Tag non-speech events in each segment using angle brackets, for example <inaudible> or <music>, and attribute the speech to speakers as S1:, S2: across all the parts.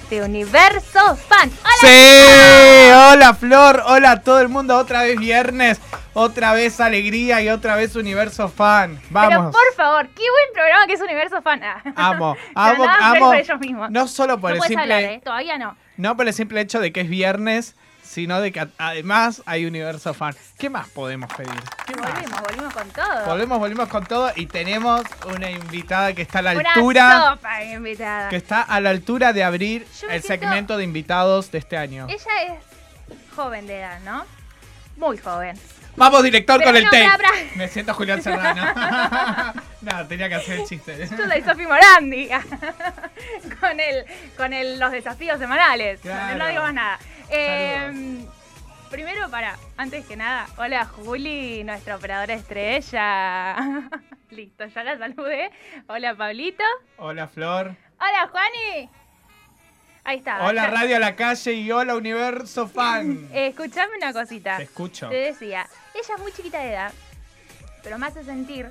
S1: este universo fan. ¡Hola!
S2: ¡Sí! ¡Hola Flor! ¡Hola a todo el mundo! Otra vez viernes, otra vez alegría y otra vez universo fan.
S1: Pero
S2: Vamos.
S1: por favor, qué buen programa que es Universo Fan. Ah. <laughs>
S2: Amo,
S1: Se
S2: amo,
S1: andaban por ahí
S2: amo.
S1: por ellos mismos.
S2: No solo por
S1: no
S2: el
S1: puedes
S2: simple.
S1: hablar, ¿eh? Todavía no.
S2: No por el simple hecho de que es viernes, sino de que a- además hay universo fan. ¿Qué más podemos pedir? ¿Qué más?
S1: Volvimos, volvimos con todo.
S2: Volvemos, volvimos con todo y tenemos una invitada que está a la
S1: Una
S2: altura.
S1: sopa de invitada.
S2: Que está a la altura de abrir
S1: Yo me
S2: el
S1: siento-
S2: segmento de invitados de este año.
S1: Ella es joven de edad, ¿no? Muy joven.
S2: Vamos, director,
S1: Pero
S2: con el
S1: no,
S2: té.
S1: pará, pará.
S2: Me siento Julián Serrano. <laughs> no, tenía que hacer el chiste.
S1: Yo soy Sofi Morandi. <laughs> con el, con el, los desafíos semanales.
S2: Claro.
S1: No, no digo más nada. Eh, primero, para, antes que nada, hola Juli, nuestra operadora estrella. <laughs> Listo, ya la saludé. Hola Pablito.
S2: Hola, Flor.
S1: Hola Juani. Ahí está.
S2: Hola,
S1: Ya-
S2: Radio a la Calle y hola, Universo Fan.
S1: Eh, escuchame una cosita.
S2: Te escucho.
S1: Te decía, ella es muy chiquita de edad, pero me hace sentir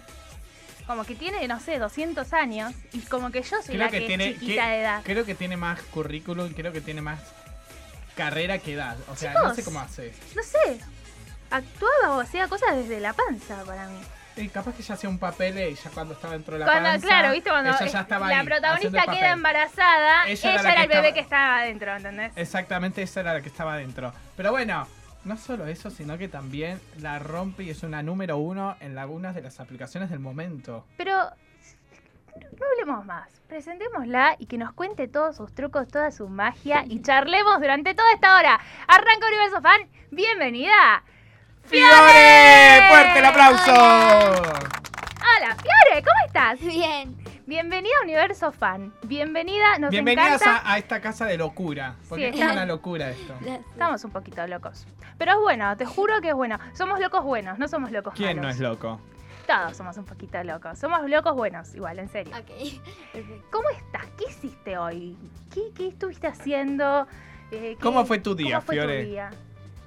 S1: como que tiene, no sé, 200 años y como que yo soy la que, es chiquita
S2: que-
S1: de edad.
S2: creo que tiene más currículum, creo que tiene más carrera que edad. O sea, no
S1: Chicos.
S2: sé cómo hace.
S1: No sé, actuaba o hacía cosas desde la panza para mí.
S2: Y Eh, capaz que ya hacía un papel eh, y ya cuando estaba dentro de la
S1: Cuando,
S2: panza,
S1: claro, viste, cuando
S2: ella
S1: es-
S2: ya estaba
S1: la
S2: ahí, haciendo
S1: protagonista
S2: el papel.
S1: queda embarazada,
S2: Ella
S1: ella,
S2: era la
S1: era,
S2: que
S1: el bebé
S2: estaba-
S1: que estaba adentro, ¿entendés?
S2: Exactamente, esa era la que estaba adentro. Pero bueno, no solo eso, sino que también la rompe y es una número uno en algunas de las aplicaciones del momento.
S1: Pero no- no hablemos más. Presentémosla y que nos cuente todos sus trucos, toda su magia y charlemos durante toda esta hora. Arranca Universo Fan, bienvenida.
S2: ¡Fiore! ¡Fuerte el aplauso!
S1: Hola, Fiore, ¿cómo estás?
S3: <laughs> Bien,
S1: Bienvenida a Universo Fan. Bienvenida, nos
S2: Bienvenidas
S1: encanta.
S2: a, a esta casa de locura. Porque
S1: Sí,
S2: es
S3: está-
S2: una locura esto.
S1: Estamos un poquito locos. Pero es bueno, te juro que es bueno. Somos locos buenos, no somos locos
S2: ¿Quién no
S1: malos.
S2: es loco?
S1: Todos somos un poquito locos. Somos locos buenos, igual, en serio.
S3: Ok, <laughs> perfecto.
S1: ¿Cómo estás? ¿Qué hiciste hoy? ¿Qué, qué estuviste haciendo? Eh, ¿qué-
S2: ¿Cómo fue tu día,
S1: cómo fue tu
S2: Fiore?
S1: día?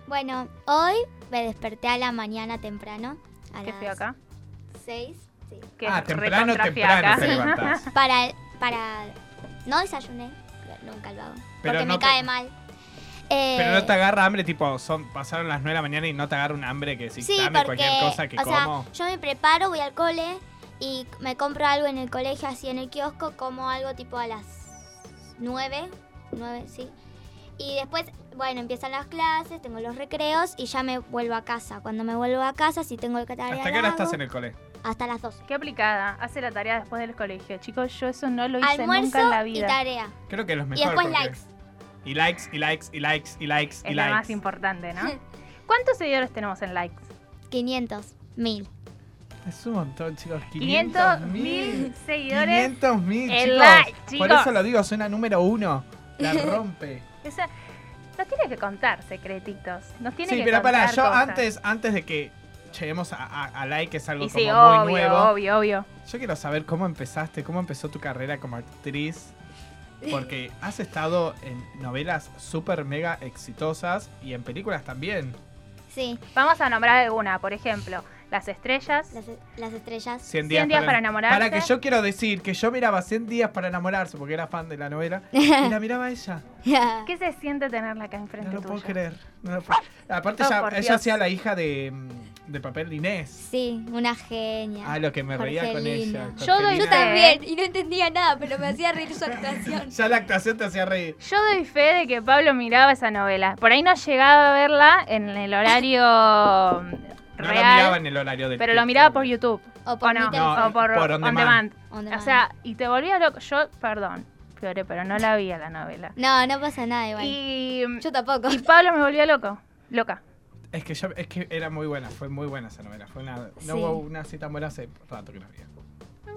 S3: Bueno, hoy me desperté a la mañana temprano. A
S1: ¿Qué
S3: las
S1: fui acá?
S3: 6. sí.
S1: Que
S2: ah,
S1: es
S2: temprano,
S1: recontra
S2: temprano
S1: fiaca.
S3: <laughs>
S2: te levantás.
S3: Para, para. No desayuné, nunca lo hago.
S2: Pero
S3: porque
S2: no
S3: me
S2: te-
S3: cae mal. Eh,
S2: Pero no te agarra hambre, tipo, son, pasaron las 9 de la mañana y no te agarra un hambre que si
S3: Sí,
S2: dame
S3: porque.
S2: cualquier cosa que
S3: o
S2: como.
S3: sea, yo me preparo, voy al cole y me compro algo en el colegio, así en el kiosco, como algo tipo a las 9. 9, sí. Y después, bueno, empiezan las clases, tengo los recreos y ya me vuelvo a casa. Cuando me vuelvo a casa, si tengo el tarea
S2: ¿Hasta qué hora estás en el cole?
S3: Hasta las 12.
S1: Qué aplicada. Hace la tarea después del colegio. Chicos, yo eso no lo hice
S3: Almuerzo
S1: nunca en la
S3: y
S1: vida.
S3: tarea.
S2: Creo que es los
S3: Y
S2: mejores.
S3: después likes.
S2: Y likes, y likes, y likes, y likes, y
S1: Es la
S2: likes.
S1: más importante,
S3: <laughs>
S1: ¿no? ¿Cuántos seguidores tenemos en likes?
S3: 500, 1000.
S2: Es un montón, chicos.
S1: 500 mil seguidores.
S2: 500 mil,
S1: en
S2: chicos.
S1: like,
S2: Por
S1: chicos.
S2: eso lo digo, suena número uno.
S1: <laughs>
S2: La rompe.
S1: Esa- nos tiene que contar secretitos. Nos tiene
S2: sí,
S1: que
S2: pero
S1: contar
S2: pará, yo
S1: cosas.
S2: antes, antes de que lleguemos a, a- a like, que es algo
S1: Y
S2: como
S1: sí,
S2: muy
S1: obvio,
S2: nuevo.
S1: obvio, obvio.
S2: Yo quiero saber cómo empezaste, cómo empezó tu carrera como actriz. Porque has estado en novelas súper mega exitosas y en películas también.
S3: Sí,
S1: Vamos a nombrar alguna, por ejemplo, Las Estrellas.
S3: las, e-, las estrellas.
S2: 100
S1: días para enamorarse.
S2: Para que yo quiero decir que yo miraba 100 días para enamorarse porque era fan de
S1: <laughs>
S2: la novela y la miraba ella.
S1: ¿Qué se siente tenerla acá
S2: No
S1: enfrente
S2: lo
S1: tuyo?
S2: puedo creer. no lo puedo- Aparte,
S1: Oh,
S2: ella-
S1: por
S2: ella
S1: Dios.
S2: hacía la hija de, mm, de papel de Inés.
S3: <laughs> sí, una genia.
S2: Ah, lo que me reía con ella.
S3: Jorgelina.
S1: Yo doy
S3: Yo
S2: Jorgelina.
S3: también, y no entendía nada, pero me hacía reír su actuación.
S2: Ya la actuación te hacía reír.
S1: Yo doy fe de que Pablo miraba esa novela. Por ahí no llegaba a verla en el horario
S2: <laughs> No la miraba
S1: real,
S2: en el horario del
S1: pero lo
S2: tiempo.
S1: miraba por YouTube.
S3: O por
S1: O Ah, no,
S3: mi
S2: No,
S1: o por,
S2: por on
S1: on,
S2: demand.
S1: demand.
S3: On
S1: O
S3: demand.
S1: sea, y te volvía loco. Yo, perdón, Fiore, pero no la vi a la novela.
S3: no, no pasa nada igual.
S1: Y,
S3: Yo tampoco.
S1: y Pablo me volvió loco. Loca.
S2: Es que, yo, es que era muy buena, fue muy buena esa novela. Fue una,
S3: Sí.
S2: No hubo una así tan buena hace rato que no había.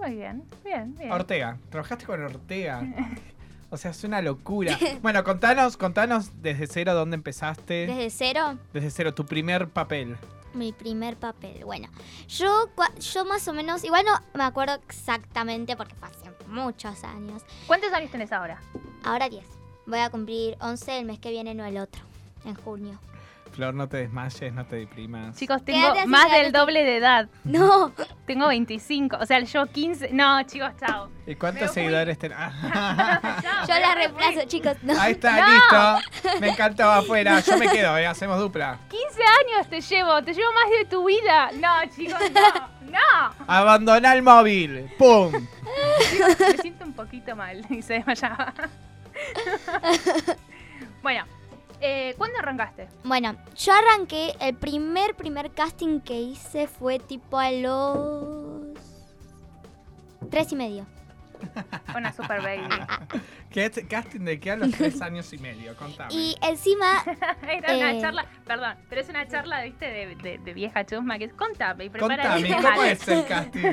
S1: Muy bien, bien, bien.
S2: Ah, Ortega, trabajaste con Ortega. O sea, es una locura. Bueno, contanos, contanos desde cero dónde empezaste.
S3: Desde cero,
S2: Desde cero, tu primer papel.
S3: mi primer papel. Bueno, yo, cua- yo más o menos, igual no me acuerdo exactamente porque fue hace muchos años.
S1: ¿Cuántos años tenés ahora?
S3: Ahora 10. Voy a cumplir 11 el mes que viene, no el otro, en junio. <laughs>
S2: Flor, no te desmayes, no te deprimas.
S1: Chicos,
S3: Quédate
S1: tengo
S3: así,
S1: más
S3: quédate
S1: del
S3: así.
S1: doble de edad.
S3: No,
S1: Tengo 25. O sea, yo 15. No, chicos, chao.
S2: ¿Y
S1: me
S2: cuántos
S1: voy.
S2: seguidores <laughs> tenés? Ah,
S1: Chao,
S3: yo
S1: me
S3: la
S1: voy.
S3: reemplazo, chicos. No.
S2: Ahí está, listo. Me encantó afuera. Yo me quedo, eh, hacemos dupla.
S1: 15 años te llevo, te llevo más de tu vida. No, chicos, no. No.
S2: Abandona el móvil. ¡Pum!
S1: Me siento un poquito mal <laughs> y se
S3: <laughs>
S1: desmayaba. bueno, eh, ¿cuándo arrancaste?
S3: Bueno, yo arranqué, el primer, primer casting que hice fue tipo a los... Tres y medio.
S1: Una super
S3: <laughs>
S1: baby. <laughs>
S2: ¿Qué t- casting de qué a los tres años y medio? Contame.
S3: Y encima,
S1: Era una
S3: Eh.
S1: charla, perdón, pero es una charla, viste, de, de- de vieja chusma que es contame y prepara
S2: Contame, ¿cómo es el casting?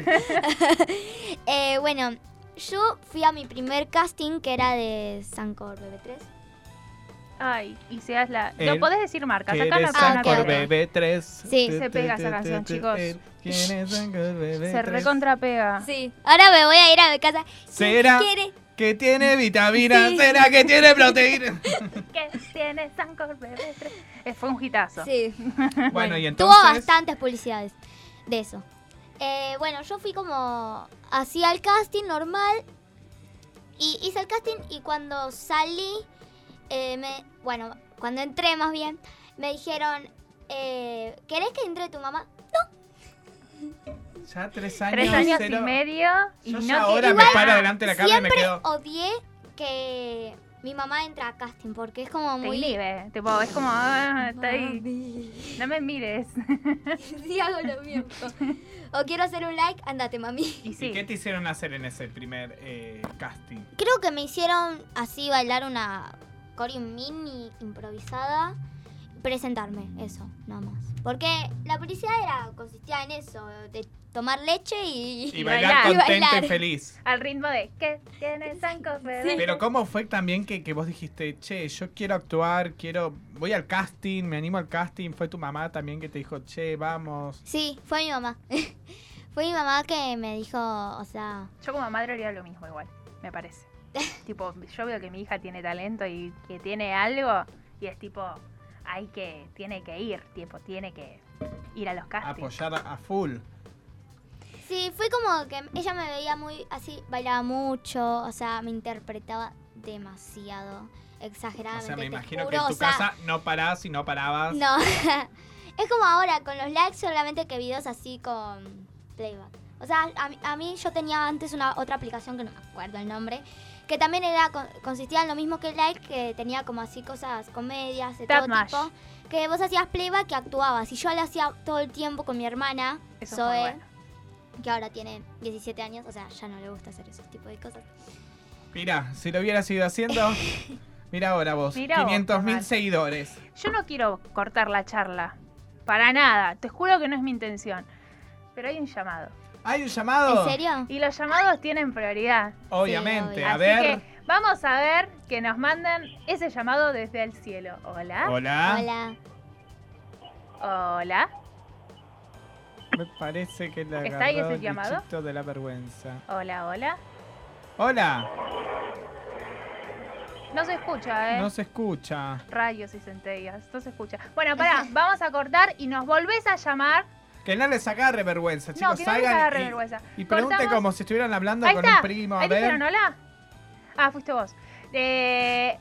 S3: eh, bueno, yo fui a mi primer casting que era de Sancor BB3.
S1: Ay, y seas la.
S2: El
S1: No podés decir marca,
S2: ¿Quién
S1: acá la
S2: es
S3: Ah,
S1: persona
S3: ok,
S2: Sancor
S3: ok.
S1: corta.
S2: BB3?
S3: Sí,
S1: se pega esa canción, chicos.
S2: ¿Quién es Sancor BB3?
S1: Se
S2: Ah.
S1: recontrapega.
S3: Sí. Ahora me voy a ir a mi casa.
S2: ¿Será?
S3: ¿Quiere?
S2: Que tiene vitamina,
S3: Sí.
S2: será que tiene
S1: <laughs>
S2: proteína.
S1: ¿Qué tiene Sancor BB3? Eh, Fue un hitazo.
S3: Sí.
S2: bueno, y
S3: Tuvo
S2: entonces.
S3: bastantes publicidades de eso. Eh, bueno, yo fui como hacía el casting normal y hice el casting y cuando salí, eh, me, bueno, cuando entré más bien, me dijeron, eh, ¿querés que entre tu mamá?
S2: Ya tres años.
S1: Tres años
S2: cero-
S1: y medio y
S2: Yo
S1: no
S2: ya
S1: que-
S2: ahora me
S1: Igual-
S2: paro delante de la cámara y me
S3: Siempre
S2: quedo.
S3: odié que mi mamá entra a casting porque es como
S1: Te
S3: muy...
S1: inhibe, tipo, es como, ah, está ahí,
S3: Mami,
S1: no me mires.
S3: <laughs> sí hago lo <laughs> mismo. O quiero hacer un like, andate mami.
S1: Y
S2: ¿Y qué
S1: sí,
S2: te hicieron hacer en ese primer eh, casting?
S3: Creo que me hicieron así bailar una coreo mini improvisada. Presentarme, eso, nada más. Porque la publicidad era, consistía en eso, de tomar leche y...
S2: Y,
S1: Y
S2: bailar
S1: bailar.
S3: Y
S2: contenta
S3: bailar.
S2: y feliz.
S1: al ritmo de, ¿qué tiene Sancor BB3?
S2: Pero ¿cómo fue también que, que vos dijiste, che, yo quiero actuar, quiero, voy al casting, me animo al casting? ¿Fue tu mamá también que te dijo, che, vamos?
S3: Sí, fue mi mamá. <laughs> fue mi mamá que me dijo, o sea...
S1: Yo como madre haría lo mismo igual, me
S3: <laughs>
S1: parece. tipo, yo veo que mi hija tiene talento y que tiene algo y es tipo, hay que, tiene que ir, tipo, tiene que ir a los castings.
S2: Apoyar a full.
S3: Sí, fue como que ella me veía muy así, bailaba mucho, o sea, me interpretaba demasiado,
S2: O
S3: exageradamente.
S2: sea, me
S3: te
S2: imagino
S3: juro,
S2: que en tu
S3: o sea,
S2: casa no parás y no parabas.
S3: No. <laughs> es como ahora, con los likes solamente que videos así con playback. O sea, a, mí- a mí yo tenía antes una otra aplicación que no me acuerdo el nombre, que también era con- consistía en lo mismo que like, que tenía como así cosas, comedias de todo
S1: Tapmash.
S3: tipo, que vos hacías playback que actuabas y yo lo hacía todo el tiempo con mi hermana,
S1: Eso fue
S3: Zoe,
S1: bueno.
S3: que ahora tiene 17 años, o sea, ya no le gusta hacer ese tipo de cosas.
S2: Mira, si lo hubieras ido
S1: <laughs>
S2: haciendo, mira ahora vos,
S1: Mirá vos,
S2: 500 mil
S1: Omar.
S2: seguidores.
S1: Yo no quiero cortar la charla, para nada, te juro que no es mi intención. Pero hay un llamado.
S2: ¿Hay un llamado?
S1: Oh.
S3: ¿En serio?
S1: Y los llamados tienen prioridad.
S2: Obviamente,
S3: Sí, obvio.
S2: a
S1: Así
S2: ver.
S1: que vamos a ver que nos mandan ese llamado desde el cielo. ¿ah? Hola.
S2: Hola.
S3: Hola.
S1: Hola.
S2: Me parece que la
S1: ¿Está ahí
S2: agarró
S1: ese
S2: el
S1: llamado?
S2: bichito de la vergüenza.
S1: Hola, hola.
S2: Hola,
S1: No se escucha, ¿eh?
S2: no se escucha.
S1: Rayos y centellas, no se escucha. Bueno, pará, vamos a cortar y nos volvés a llamar.
S2: Que no les agarre vergüenza, chicos.
S1: no, que no les
S2: salgan
S1: agarre
S2: y-
S1: vergüenza.
S2: Y pregunte
S1: Cortamos.
S2: como si estuvieran hablando
S1: Ahí
S2: con
S1: está.
S2: un primo, a
S1: ¿Ahí te dijeron
S2: ver.
S1: hola? Ah, fuiste vos. Eh,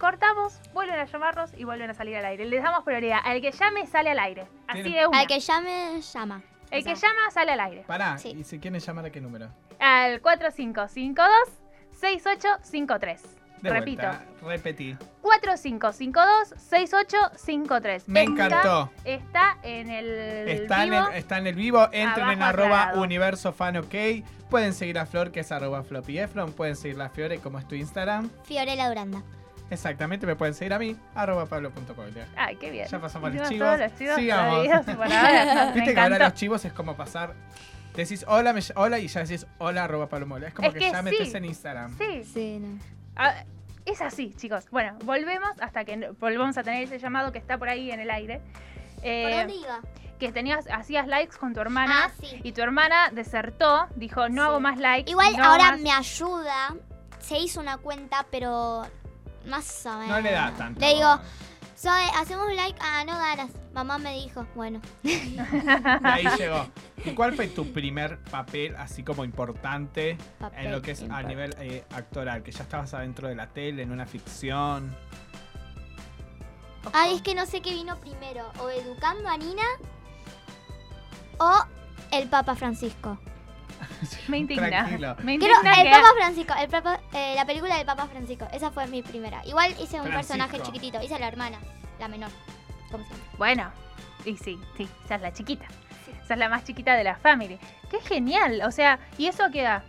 S1: cortamos, vuelven a llamarnos y vuelven a salir al aire. Les damos prioridad. Al que llame sale al aire. Así
S2: Tienen-
S1: de una.
S3: Al que llame, llama. O
S1: El que
S3: sea,
S1: llama sale al aire.
S2: Pará,
S3: Sí.
S2: y si quieren llamar a qué número.
S1: Al 4552-6853.
S2: De
S1: Repito,
S2: vuelta, repetí.
S1: 4552-6853.
S2: Me
S1: Esta
S2: encantó.
S1: Está en el
S2: Está en,
S1: vivo.
S2: el, está en el vivo, entren en
S1: Abajo
S2: arroba
S1: aclarado.
S2: universo fan ok. Pueden seguir a Flor, que es arroba floppy efron. Pueden seguir a Fiore, como es tu Instagram.
S3: Fiorella Duranda.
S2: Exactamente, me pueden seguir a mí, arroba pablo.coiler.
S1: Ay, qué bien.
S2: Ya pasamos los
S1: Hicimos
S2: chivos.
S1: todos los chivos,
S2: Sigamos.
S1: adiós, por
S2: <laughs>
S1: ahora. Me
S2: Viste que ahora
S1: encantó.
S2: los chivos es como pasar. Decís hola, me ll- hola y ya decís hola arroba Pablo Mola. Es como
S1: Es
S2: que,
S1: que
S2: ya
S1: sí.
S2: metes en Instagram.
S1: Sí,
S3: Sí, no.
S1: ah, es así, chicos. Bueno, volvemos hasta que no- volvamos a tener ese llamado que está por ahí en el aire.
S3: ¿Por
S1: Eh,
S3: dónde iba?
S1: que tenías, hacías likes con tu hermana
S3: Ah, sí.
S1: y tu hermana desertó, dijo no
S3: Sí.
S1: hago más likes.
S3: Igual
S1: no hago
S3: ahora
S1: más".
S3: me ayuda. Se hizo una cuenta, pero más o menos.
S2: No le da tanto.
S3: Le digo, Zoe, hacemos like. Ah, no ganas. Mamá me dijo. Bueno.
S2: Y ahí llegó. ¿Y cuál fue tu primer papel, así como importante,
S3: Papel
S2: en lo que es a
S3: importante.
S2: nivel eh, actoral? Que ya estabas adentro de la tele, en una ficción.
S3: Ay, es que no sé qué vino primero. O educando a Nina o el Papa Francisco.
S1: Me indigna.
S2: Tranquilo.
S1: Me
S3: Creo,
S1: indigna
S3: el
S1: que-
S3: Papa Francisco, el Papa- eh, la película del Papa Francisco. Esa fue mi primera. Igual hice un personaje
S2: Francisco.
S3: chiquitito. Hice a la hermana, la menor. Como siempre.
S1: Bueno, y sí, sí, esa es la chiquita. Esa es la más chiquita de la family. Qué genial. O sea, ¿y eso queda?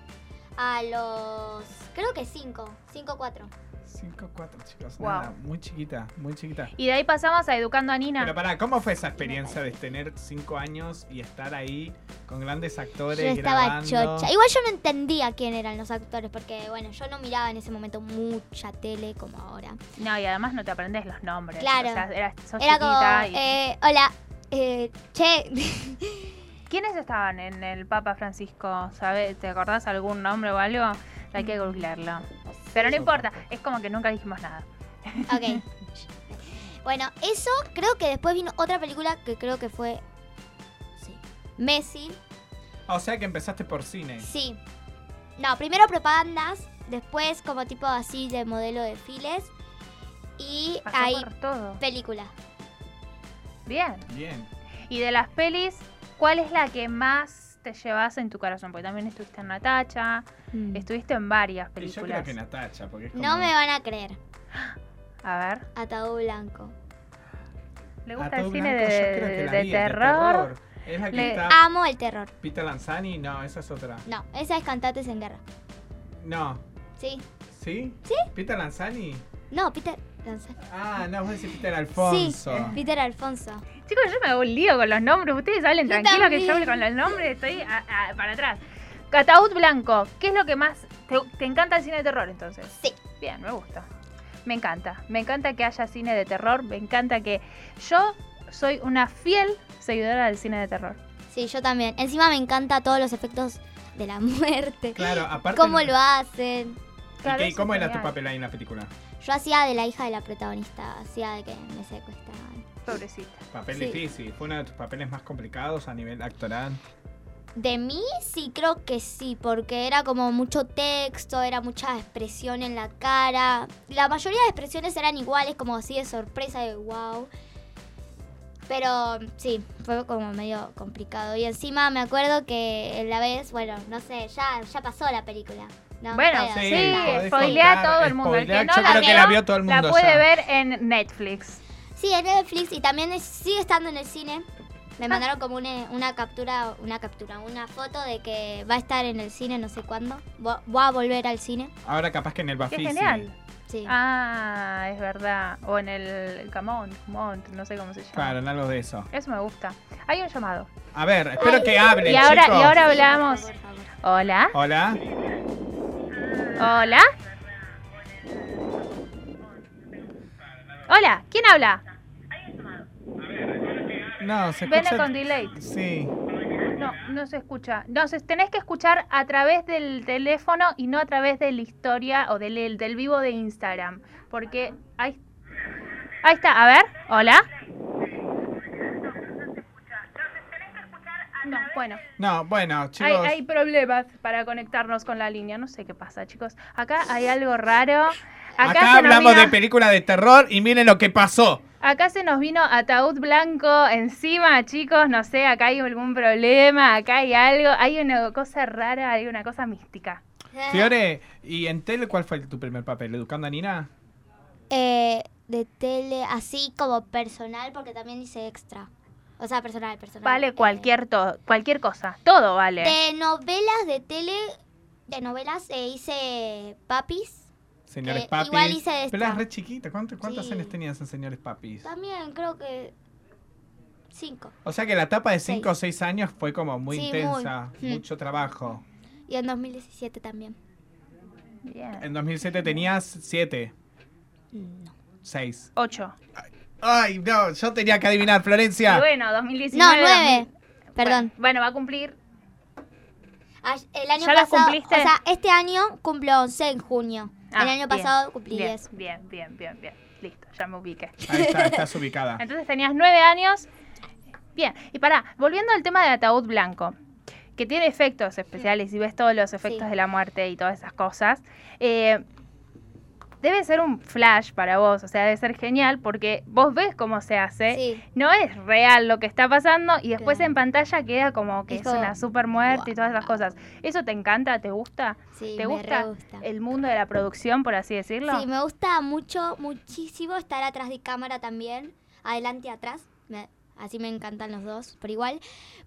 S3: A los. Creo que cinco. Cinco, cuatro.
S2: 5 4, chicos.
S1: Wow.
S2: Nada, muy chiquita, muy chiquita.
S1: Y de ahí pasamos a educando a Nina.
S2: Pero pará, ¿cómo fue esa experiencia de tener 5 años y estar ahí con grandes actores
S3: Yo estaba
S2: grabando?
S3: chocha. Igual yo no entendía quién eran los actores, porque bueno, yo no miraba en ese momento mucha tele como ahora.
S1: No, y además no te aprendes los nombres.
S3: Claro.
S1: O sea, eras, sos
S3: Era como,
S1: chiquita. y-
S3: eh, hola, eh, che, <laughs>
S1: ¿Quiénes estaban en el Papa Francisco? ¿Sabe- ¿Te acordás algún nombre o algo? Hay que googlearlo. Pero no importa, es como que nunca dijimos nada.
S3: ok. Bueno, eso creo que después vino otra película que creo que fue, sí, Messi,
S2: O sea que empezaste por cine.
S3: sí. No, primero propagandas, después como tipo así de modelo de files y
S1: Pasó
S3: ahí
S1: por todo.
S3: película.
S1: Bien.
S2: Bien.
S1: Y de las pelis, ¿cuál es la que más te llevas en tu corazón? Porque también estuviste en Natacha,
S3: Mm.
S1: estuviste en varias
S2: Y yo
S1: películas.
S2: creo que Natacha, porque es como...
S3: No me van a creer,
S1: A ver,
S3: Ataúd Blanco.
S1: ¿le
S2: A
S1: gusta
S2: Ah, todo
S1: el cine
S2: blanco, yo creo que
S1: de,
S2: la
S1: de
S2: vi, es de
S1: terror?
S2: Es la que
S1: Le-
S2: está
S3: Amo el terror.
S2: Peter Lanzani. No, esa es otra.
S3: No, esa es Cantantes en Guerra.
S2: No.
S3: Sí.
S2: ¿Sí? ¿Sí? ¿Peter Lanzani?
S3: No, Peter. Lanza-
S2: Ah, no, vos decís Peter Alfonso.
S3: Sí, Peter Alfonso.
S1: Chicos, yo me hago un lío con los nombres. Ustedes hablen
S3: Yo
S1: tranquilos que yo
S3: también.
S1: con los nombres estoy a- a- para atrás. Cataúd Blanco, ¿qué es lo que más te, te encanta el cine de terror entonces?
S3: Sí.
S1: Bien, me gusta. Me encanta. Me encanta que haya cine de terror. Me encanta que yo soy una fiel seguidora del cine de terror.
S3: Sí, yo también. Encima me encanta todos los efectos de la <laughs> muerte.
S2: Claro, aparte...
S3: Cómo lo hacen.
S2: ¿Y
S1: Claro,
S2: qué-
S1: eso
S2: ¿Cómo
S1: es
S2: era tu
S1: genial.
S2: papel ahí en la película?
S3: Yo hacía de la hija de la protagonista, hacía de que me secuestraban.
S1: Pobrecita.
S2: Papel
S3: Sí.
S2: difícil. Fue uno de tus papeles más complicados a nivel actoral.
S3: De mí sí creo que sí, porque era como mucho texto, era mucha expresión en la cara. La mayoría de expresiones eran iguales, como así de sorpresa, de wow. Pero sí, fue como medio complicado. Y encima me acuerdo que la vez, bueno, no sé, ya, ya pasó la película. No,
S1: Bueno,
S3: puedo
S1: sí,
S3: decirla.
S2: podés
S1: spoilea
S2: contar,
S1: todo el mundo. El que
S2: spoilea,
S1: no
S2: yo
S1: la
S2: creo que
S1: vio,
S2: la vio todo el
S1: La
S2: mundo
S1: puede
S2: ya.
S1: ver en Netflix.
S3: Sí, en Netflix y también es- sigue estando en el cine.
S1: Ah.
S3: Me mandaron como una, una captura, una captura, una foto de que va a estar en el cine no sé cuándo. Va, va a volver al cine.
S2: Ahora capaz que en el
S1: Qué
S2: Bafisi.
S1: genial.
S3: Sí.
S1: Ah, es verdad. O en el Camont, Mont, no sé cómo se llama.
S2: Claro, en algo de eso.
S1: Eso me gusta. Hay un llamado.
S2: A ver, espero que hablen,
S1: Y ahora-
S2: chicos.
S1: y ahora- hablamos.
S3: Por favor, por favor.
S1: Hola.
S2: Hola.
S1: Hola. Hola, ¿quién habla?
S2: No, se
S1: Vela
S2: escucha...
S1: con delay.
S2: Sí.
S1: No, no se escucha. No, se- tenés que escuchar a través del teléfono y no a través de la historia o del, el- del vivo de Instagram. Porque ahí, ahí está, a ver, hola. No, bueno,
S2: No, bueno,
S1: hay,
S2: chicos.
S1: hay problemas para conectarnos con la línea. No sé qué pasa, chicos. Acá hay algo raro. Acá,
S2: acá
S1: se nos
S2: hablamos
S1: vino-
S2: de película de terror y miren lo que pasó.
S1: Acá se nos vino ataúd blanco encima, chicos. No sé, acá hay algún problema, acá hay algo. Hay una cosa rara, hay una cosa mística.
S2: Fiore, ¿y en tele cuál fue tu primer papel? ¿Educando a Nina?
S3: Eh, de tele, así como personal, porque también dice extra. O sea, personal, personal.
S1: Vale
S3: Eh,
S1: cualquier, to- cualquier cosa, todo vale.
S3: De novelas de tele, de novelas eh, hice Papis.
S2: Señores
S3: Eh,
S2: papis.
S3: igual hice esta.
S2: Pero eras re chiquita. ¿Cuánto- ¿Cuántas
S3: Sí.
S2: años tenías en señores papis?
S3: También creo que cinco.
S2: O sea que la etapa de
S3: Seis.
S2: 5 o 6 años fue como muy
S3: Sí, muy.
S2: intensa,
S3: Mm.
S2: mucho trabajo.
S3: Y en 2017 también.
S1: Bien.
S2: En 2007 tenías 7,
S3: No.
S2: 6.
S1: Ocho.
S2: Ay, no, yo tenía que adivinar,
S1: Y
S2: Florencia.
S1: bueno,
S3: No,
S1: 2019.
S3: 9.
S1: 2000.
S3: Perdón.
S1: Bueno, bueno, va a cumplir.
S3: Ay, El año
S1: ¿Ya las
S3: pasado.
S1: cumpliste?
S3: O sea, este año cumplo 11 en junio.
S1: Ah,
S3: el año
S1: bien,
S3: pasado cumplí
S1: bien,
S3: 10.
S1: Bien, bien, bien, bien. Listo, ya me ubiqué.
S2: Ahí está,
S1: <laughs>
S2: estás ubicada.
S1: Entonces tenías nueve años. Bien, y pará, volviendo al tema del ataúd blanco, que tiene efectos especiales y ves todos los efectos
S3: Sí.
S1: de la muerte y todas esas cosas, eh, debe ser un flash para vos, o sea, debe ser genial porque vos ves cómo se hace.
S3: Sí.
S1: No es real lo que está pasando y después
S3: Claro.
S1: en pantalla queda como que
S3: Es
S1: es,
S3: como,
S1: una super muerte y todas esas
S3: "Guau".
S1: cosas. ¿Eso te encanta? ¿Te gusta?
S3: Sí,
S1: ¿Te
S3: me
S1: gusta,
S3: re gusta.
S1: ¿El mundo de la producción, por así decirlo?
S3: Sí, me gusta mucho, muchísimo estar atrás de cámara también, adelante y atrás. me- así me encantan los dos, por igual,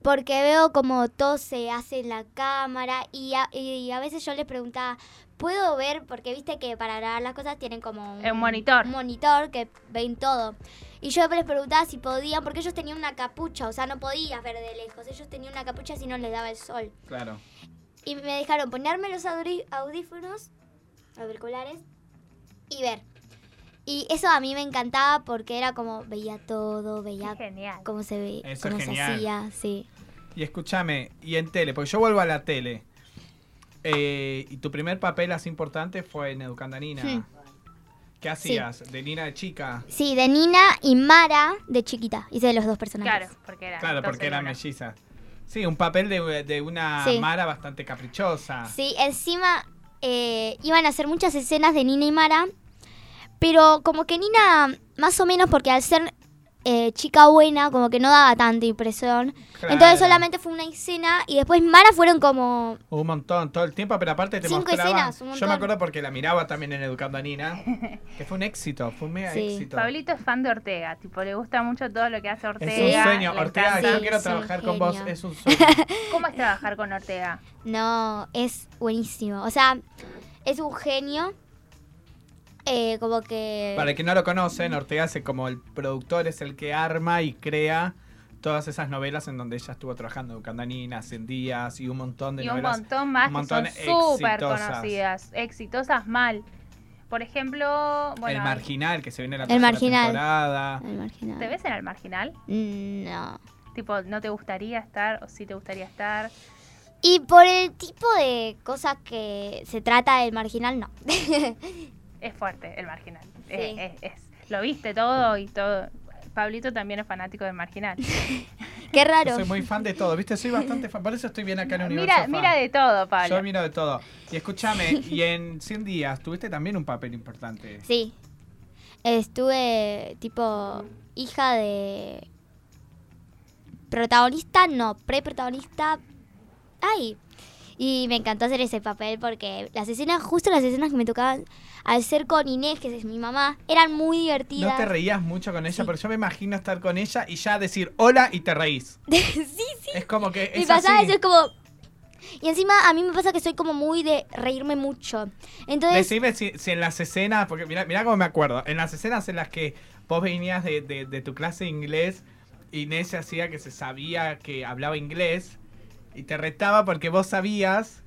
S3: porque veo como todo se hace en la cámara y a, y a veces yo les preguntaba, ¿puedo ver? Porque viste que para grabar las cosas tienen como
S1: Eh, un monitor.
S3: un monitor que ven todo. Y yo les preguntaba si podían, porque ellos tenían una capucha, o sea, no podías ver de lejos, ellos tenían una capucha si no les daba el sol.
S2: Claro.
S3: Y me dejaron ponerme los audri- audífonos, auriculares, y ver. Y eso a mí me encantaba porque era como veía todo,
S1: Qué
S3: veía
S1: Genial.
S3: cómo se ve,
S2: Eso es
S3: cómo se
S2: genial.
S3: hacía, sí.
S2: Y escúchame, y en tele, porque yo vuelvo a la tele. Eh, y tu primer papel así importante fue en Educandanina.
S3: Hmm.
S2: ¿Qué hacías? De Nina de chica.
S3: Sí, de Nina y Mara de chiquita, hice los dos personajes.
S1: Claro, porque era.
S2: Claro,
S1: dos
S2: porque
S1: en
S2: era
S1: una.
S2: melliza. Sí, un papel de, de una
S3: Sí.
S2: Mara bastante caprichosa.
S3: Sí, encima eh, iban a hacer muchas escenas de Nina y Mara, pero como que Nina, más o menos porque al ser eh, chica buena, como que no daba tanta impresión.
S2: Claro.
S3: Entonces solamente fue una escena y después Mara fueron como
S2: Un montón, todo el tiempo, pero aparte te
S3: Cinco
S2: mostraban.
S3: escenas, un
S2: yo
S3: montón.
S2: me acuerdo porque la miraba también en Educando a Nina, que fue un éxito, fue un mega
S3: Sí.
S2: éxito.
S1: Pablito es fan de Ortega, tipo, le gusta mucho todo lo que hace Ortega.
S2: es un sueño,
S1: le
S2: Ortega,
S1: encanta.
S2: yo
S3: Sí,
S2: quiero
S3: sí,
S2: trabajar con
S3: genio.
S2: vos, es
S1: <laughs>
S2: un sueño.
S1: ¿Cómo es trabajar con Ortega?
S3: No, es buenísimo. O sea, es un genio. Eh, como que.
S2: Para quien no lo conocen, Ortega hace como el productor, es el que arma y crea todas esas novelas en donde ella estuvo trabajando, Educando a Nina, 100 días y un montón de
S1: Y un
S2: novelas.
S1: montón más
S2: un montón
S1: que son súper
S2: exitosas.
S1: conocidas. Exitosas mal. Por ejemplo, bueno,
S2: el Marginal, que se viene la
S3: El
S2: tercera
S3: Marginal.
S2: temporada.
S3: Al marginal.
S1: ¿te ves en el marginal?
S3: Mm, No.
S1: Tipo, ¿no te gustaría estar o sí te gustaría estar?
S3: Y por el tipo de cosas que se trata del marginal, no. <laughs>
S1: Es fuerte el marginal. Eh, es- es- Lo viste todo y todo. Pablito también es fanático del marginal.
S3: Qué
S2: Yo
S3: raro.
S2: soy muy fan de todo, ¿viste? Soy bastante fan, por eso estoy bien acá en Universo
S1: Mira,
S2: Fan.
S1: mira de todo, Pablo.
S2: Yo miro de todo. Y escúchame, y en 100 días tuviste también un papel importante.
S3: Sí. Estuve tipo hija de. Protagonista, no, preprotagonista. Ay. Y me encantó hacer ese papel porque las escenas, justo las escenas que me tocaban al ser con Inés, que es mi mamá, eran muy divertidas.
S2: No
S3: <laughs>
S2: te reías mucho con ella,
S3: Sí.
S2: pero yo me imagino estar con ella y ya decir hola y te reís.
S3: sí,
S2: Es como que
S3: me
S2: es
S3: pasaba
S2: así.
S3: eso es como. Y encima a mí me pasa que soy como muy de reírme mucho. Entonces,
S2: Decime si, si en las escenas, porque mirá, mirá cómo me acuerdo, en las escenas en las que vos venías de, de- de tu clase de inglés, Inés se hacía que se sabía que hablaba inglés y te retaba porque vos sabías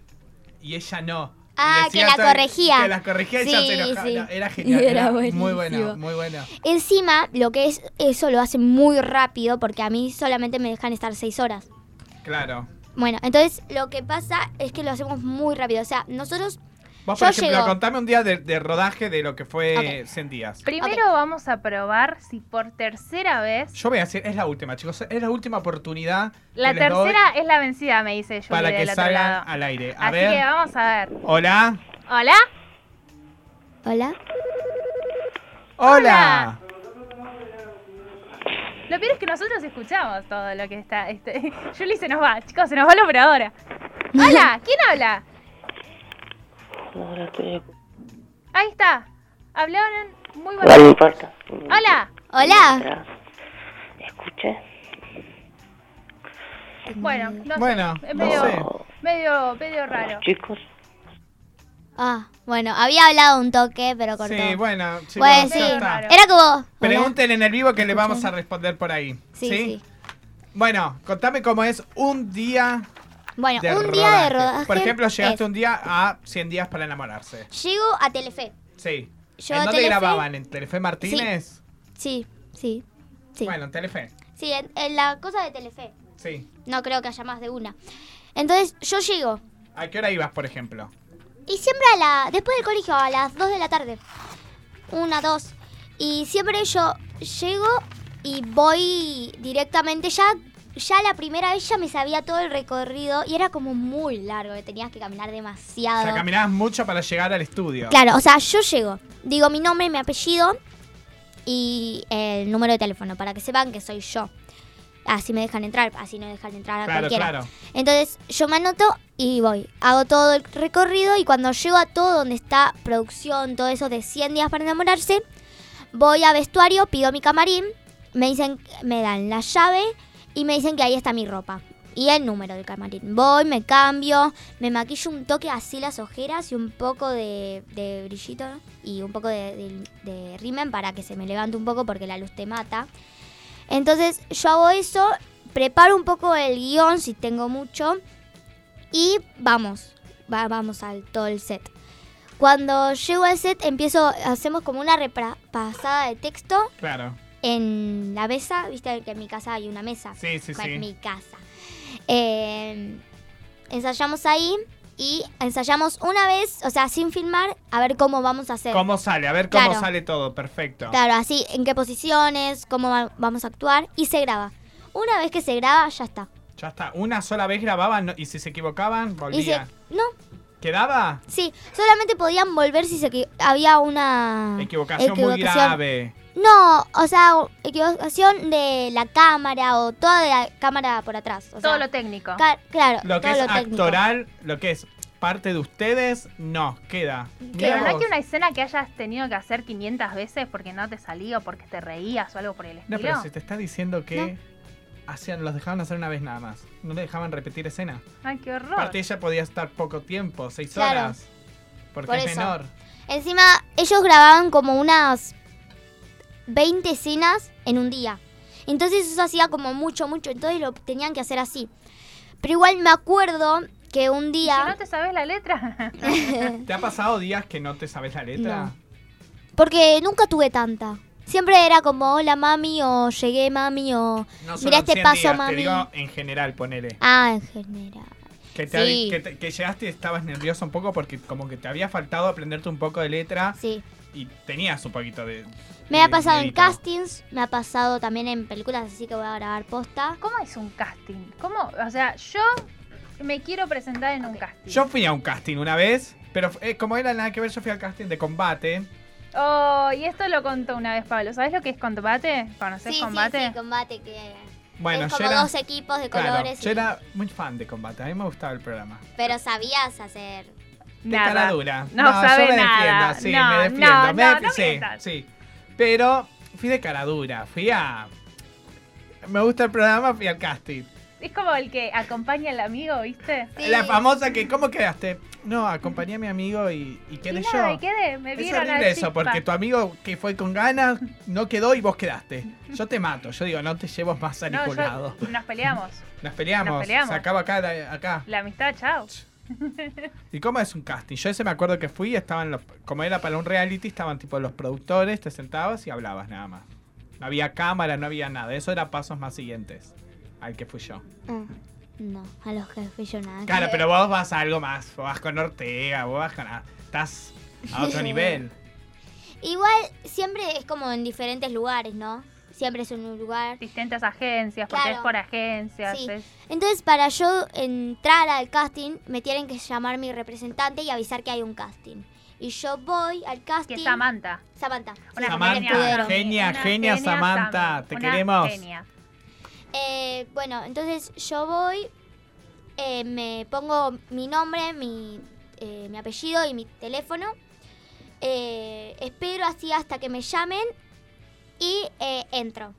S2: y ella no. Y
S3: Ah, que
S2: decía
S3: la
S2: todo-
S3: corregía.
S2: Que la corregía y ella
S3: Sí,
S2: se enojaba.
S3: sí.
S2: No, era
S3: <laughs>
S2: genial.
S3: Era
S2: Era muy
S3: buenísimo.
S2: buena, muy buena.
S3: encima lo que es eso lo hace muy rápido porque a mí solamente me dejan estar seis horas.
S2: Claro.
S3: Bueno, entonces lo que pasa es que lo hacemos muy rápido. O sea, nosotros.
S2: Vos, por
S3: Yo
S2: ejemplo,
S3: llego.
S2: contame un día de, de rodaje de lo que fue 100 días.
S1: Primero vamos a probar si por tercera vez.
S2: Yo voy a decir, es la última, chicos, es la última oportunidad. que
S1: la
S2: les doy
S1: tercera es la vencida, me dice Julie
S2: para que
S1: del otro
S2: salgan
S1: lado.
S2: al aire. A
S1: Así
S2: ver,
S1: que vamos a ver.
S2: hola.
S1: ¿Hola?
S3: Hola.
S2: Hola.
S1: Lo peor es que nosotros escuchamos todo lo que está. Este... <laughs> Julie se nos va, chicos, se nos va la operadora. Hola, ¿quién habla?
S4: No, no estoy escuchando.
S1: Ahí está. Hablaron muy
S4: No
S1: bonito.
S4: importa.
S1: Hola.
S3: Hola.
S4: Atrás. Escuché.
S1: Bueno, no sé,
S2: Bueno,
S1: es
S2: no
S1: medio,
S2: sé.
S1: medio, medio raro.
S4: Los chicos.
S3: Ah, bueno, había hablado un toque, pero cortó.
S2: Sí, bueno, chicos,
S3: Bueno,
S2: ya
S3: sí.
S2: está.
S1: Claro.
S3: Era como. hola.
S2: Pregunten en el vivo que le vamos a responder por ahí. Sí,
S3: Sí, sí.
S2: Bueno, contame cómo es un día
S3: Bueno,
S2: de
S3: un
S2: rodaje.
S3: día de rodaje.
S2: Por ejemplo, llegaste
S3: es-
S2: un día a 100 días para enamorarse.
S3: Llego a Telefe.
S2: Sí.
S3: Yo
S2: ¿En
S3: a
S2: dónde
S3: Telefe-
S2: grababan? ¿En Telefe Martínez?
S3: Sí, sí. Sí,
S2: Bueno, en Telefe.
S3: sí en, en la cosa de Telefe.
S2: Sí.
S3: No creo que haya más de una. Entonces, yo llego.
S2: ¿A qué hora ibas, por ejemplo?
S3: Y siempre a la, después del colegio, a las 2 de la tarde. Una, dos. Y siempre yo llego y voy directamente ya. Ya la primera vez ya me sabía todo el recorrido y era como muy largo, que tenías que caminar demasiado.
S2: O sea, caminabas mucho para llegar al estudio.
S3: Claro, o sea, yo llego, digo mi nombre, mi apellido y el número de teléfono para que sepan que soy yo. Así me dejan entrar, así no dejan entrar a
S2: claro,
S3: cualquiera.
S2: claro.
S3: Entonces yo me anoto y voy. Hago todo el recorrido y cuando llego a todo donde está producción, todo eso de 100 días para enamorarse, voy a vestuario, pido mi camarín, me dicen, me dan la llave y me dicen que ahí está mi ropa. Y el número del camarín. Voy, me cambio, me maquillo un toque así las ojeras y un poco de, de brillito y un poco de, de, de rimen para que se me levante un poco porque la luz te mata. Entonces yo hago eso, preparo un poco el guión si tengo mucho y vamos, va- vamos al todo el set. Cuando llego al set empiezo, hacemos como una repasada de texto
S2: Claro.
S3: en la mesa, viste que en mi casa hay una mesa.
S2: Sí, sí,
S3: Bueno,
S2: sí.
S3: mi casa. Eh, ensayamos ahí y ensayamos una vez, o sea, sin filmar, a ver cómo vamos a hacer.
S2: ¿Cómo sale? A ver cómo
S3: Claro.
S2: sale todo. Perfecto.
S3: Claro, así, en qué posiciones, cómo va- vamos a actuar y se graba. Una vez que se graba, ya está.
S2: Ya está. Una sola vez grababan no- y si se equivocaban,
S3: Y se,
S2: volvía.
S3: no,
S2: ¿Quedaba?
S3: sí, solamente podían volver si se equi- había una
S2: Equivocación, muy
S3: Ah. equivocación.
S2: grave.
S3: No, o sea, o- equivocación de la cámara o toda la cámara por atrás. o
S1: Todo
S3: sea,
S1: lo técnico.
S3: ca- claro,
S2: Lo que
S3: todo
S2: es
S3: lo técnico.
S2: actoral, lo que es parte de ustedes, no, queda. Mirá
S1: Pero no hay
S2: vos.
S1: que una escena que hayas tenido que hacer 500 veces porque no te salía o porque te reías o algo por el
S2: No,
S1: estilo.
S2: pero si te está diciendo que hacían, los dejaban hacer una vez nada más. No le dejaban repetir escena.
S1: Ay, qué horror.
S2: Aparte ella podía estar poco tiempo, seis
S3: Claro.
S2: horas. Porque
S3: Por
S2: es
S3: eso.
S2: menor.
S3: Encima, ellos grababan como unas 20 escenas en un día. Entonces eso hacía como mucho, mucho. Entonces lo tenían que hacer así. Pero igual me acuerdo que un
S1: Y Si no
S3: día...
S1: te sabes la letra. <laughs>
S3: <laughs>
S2: ¿Te ha pasado días que no te sabes la letra?
S3: Porque nunca tuve tanta. Siempre era como, hola mami, o llegué mami, o...
S2: No,
S3: Mirá este
S2: en 100
S3: paso,
S2: días,
S3: mami.
S2: Te digo en general, ponele.
S3: Ah, en general.
S2: Que, te,
S3: Sí.
S2: que, te- que llegaste y estabas nerviosa un poco porque como que te había faltado aprenderte un poco de letra
S3: Sí.
S2: y tenías un poquito de...
S3: Me
S2: de
S3: ha pasado en
S2: miedito.
S3: castings, me ha pasado también en películas, así que voy a grabar posta.
S1: ¿Cómo es un casting? ¿Cómo? O sea, yo me quiero presentar en un casting.
S2: Yo fui a un casting una vez, pero eh, como era nada que ver, yo fui al casting de combate.
S1: Oh, y esto lo contó una vez Pablo. ¿Sabes lo que es combate? ¿Conoces combate?
S3: sí, combate que...
S2: Bueno,
S3: es
S2: yo
S3: como
S2: era,
S3: dos equipos de
S2: claro,
S3: colores.
S2: yo
S3: y-
S2: era muy fan de combate, a mí me gustaba el programa.
S3: Pero sabías hacer.
S2: De cara dura.
S1: No, sabe
S2: yo me
S1: nada.
S2: defiendo, sí,
S1: No,
S2: me defiendo.
S1: no,
S2: me
S1: no,
S2: defi-
S1: no
S2: sí,
S1: mientas.
S2: sí. Pero fui de cara dura, fui a... Me gusta el programa, fui al casting.
S1: Es como el que acompaña al amigo, ¿viste?
S3: Sí.
S2: La famosa que, ¿cómo quedaste? No, acompañé a mi amigo y, y
S1: Y
S2: quedé
S1: nada,
S2: yo.
S1: me quedé, me
S2: es
S1: vieron
S2: horrible
S1: al
S2: eso, porque tu amigo que fue con ganas no quedó y vos quedaste. Yo te mato, yo digo, no te llevo más a
S1: no,
S2: ningún
S1: yo-
S2: lado.
S1: Nos peleamos.
S2: Nos peleamos,
S1: nos peleamos.
S2: se acaba acá, la- acá.
S1: La amistad, chao.
S2: ¿Y cómo es un casting? Yo ese me acuerdo que fui, estaban los, como era para un reality, estaban tipo los productores, te sentabas y hablabas nada más. No había cámara, no había nada. Eso era pasos más siguientes al que fui yo.
S3: Ah, no, a los que fui yo nada.
S2: Claro,
S3: que
S2: pero vos vas a algo más. Vos vas con Ortega, vos vas con... a- estás a otro nivel.
S3: ver. Igual siempre es como en diferentes lugares, ¿no? Siempre es en un lugar.
S1: Distintas agencias, porque
S3: Claro.
S1: es por agencias.
S3: Sí.
S1: es-
S3: Entonces, para yo entrar al casting, me tienen que llamar mi representante y avisar que hay un casting. Y yo voy al
S1: Que
S3: casting.
S1: es Samantha.
S3: Samantha.
S1: Una
S2: Samantha,
S1: genia.
S2: genia,
S1: Una
S2: genia Samantha,
S1: Sam-
S2: te
S1: una
S2: queremos.
S1: Genia.
S3: Eh, bueno, entonces yo voy, eh, me pongo mi nombre, mi, eh, mi apellido y mi teléfono. Eh, espero así hasta que me llamen y eh, entro.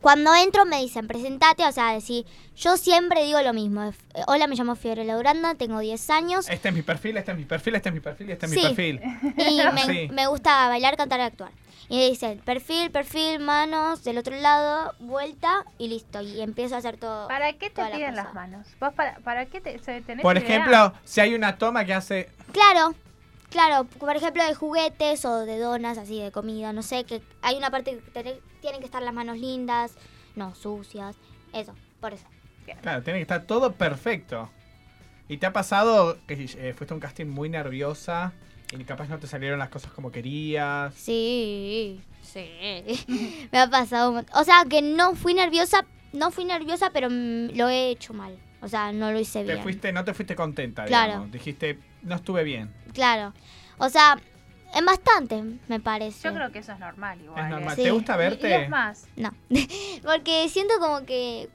S3: Cuando entro me dicen, presentate, o sea, decir, yo siempre digo lo mismo. eh, Hola, me llamo Fiorella Duranda, tengo 10 años
S2: Este es mi perfil, este es mi perfil, este es mi perfil y este es
S3: Sí.
S2: mi
S3: <laughs>
S2: perfil.
S3: y me,
S2: Sí.
S3: me gusta bailar, cantar y actuar. Y me dicen, perfil, perfil, manos, del otro lado, vuelta y listo. Y empiezo a hacer todo.
S1: ¿Para qué te
S3: Toda la
S1: piden las
S3: cosa.
S1: manos? ¿Vos para, para qué te, se- tenés
S2: Por
S1: idea?
S2: ejemplo, si hay una toma que hace...
S3: Claro, claro, por ejemplo de juguetes o de donas, así de comida, no sé, que hay una parte que tener- tienen que estar las manos lindas, no sucias, eso, por eso.
S2: Claro, tiene que estar todo perfecto. ¿Y te ha pasado que eh, fuiste a un casting muy nerviosa y capaz no te salieron las cosas como querías?
S3: Sí, sí. <laughs> me ha pasado un mont- O sea, que no fui nerviosa, no fui nerviosa, pero mm, lo he hecho mal. O sea, no lo hice
S2: Te
S3: bien.
S2: fuiste, no te fuiste contenta,
S3: Claro.
S2: digamos. Dijiste, no estuve bien.
S3: Claro. O sea, en bastante, me parece.
S1: Yo creo que eso es normal igual.
S2: es normal.
S1: ¿eh?
S3: Sí.
S2: ¿Te gusta
S1: Y- y
S2: verte?
S1: es más,
S3: No. <laughs> Porque siento como que.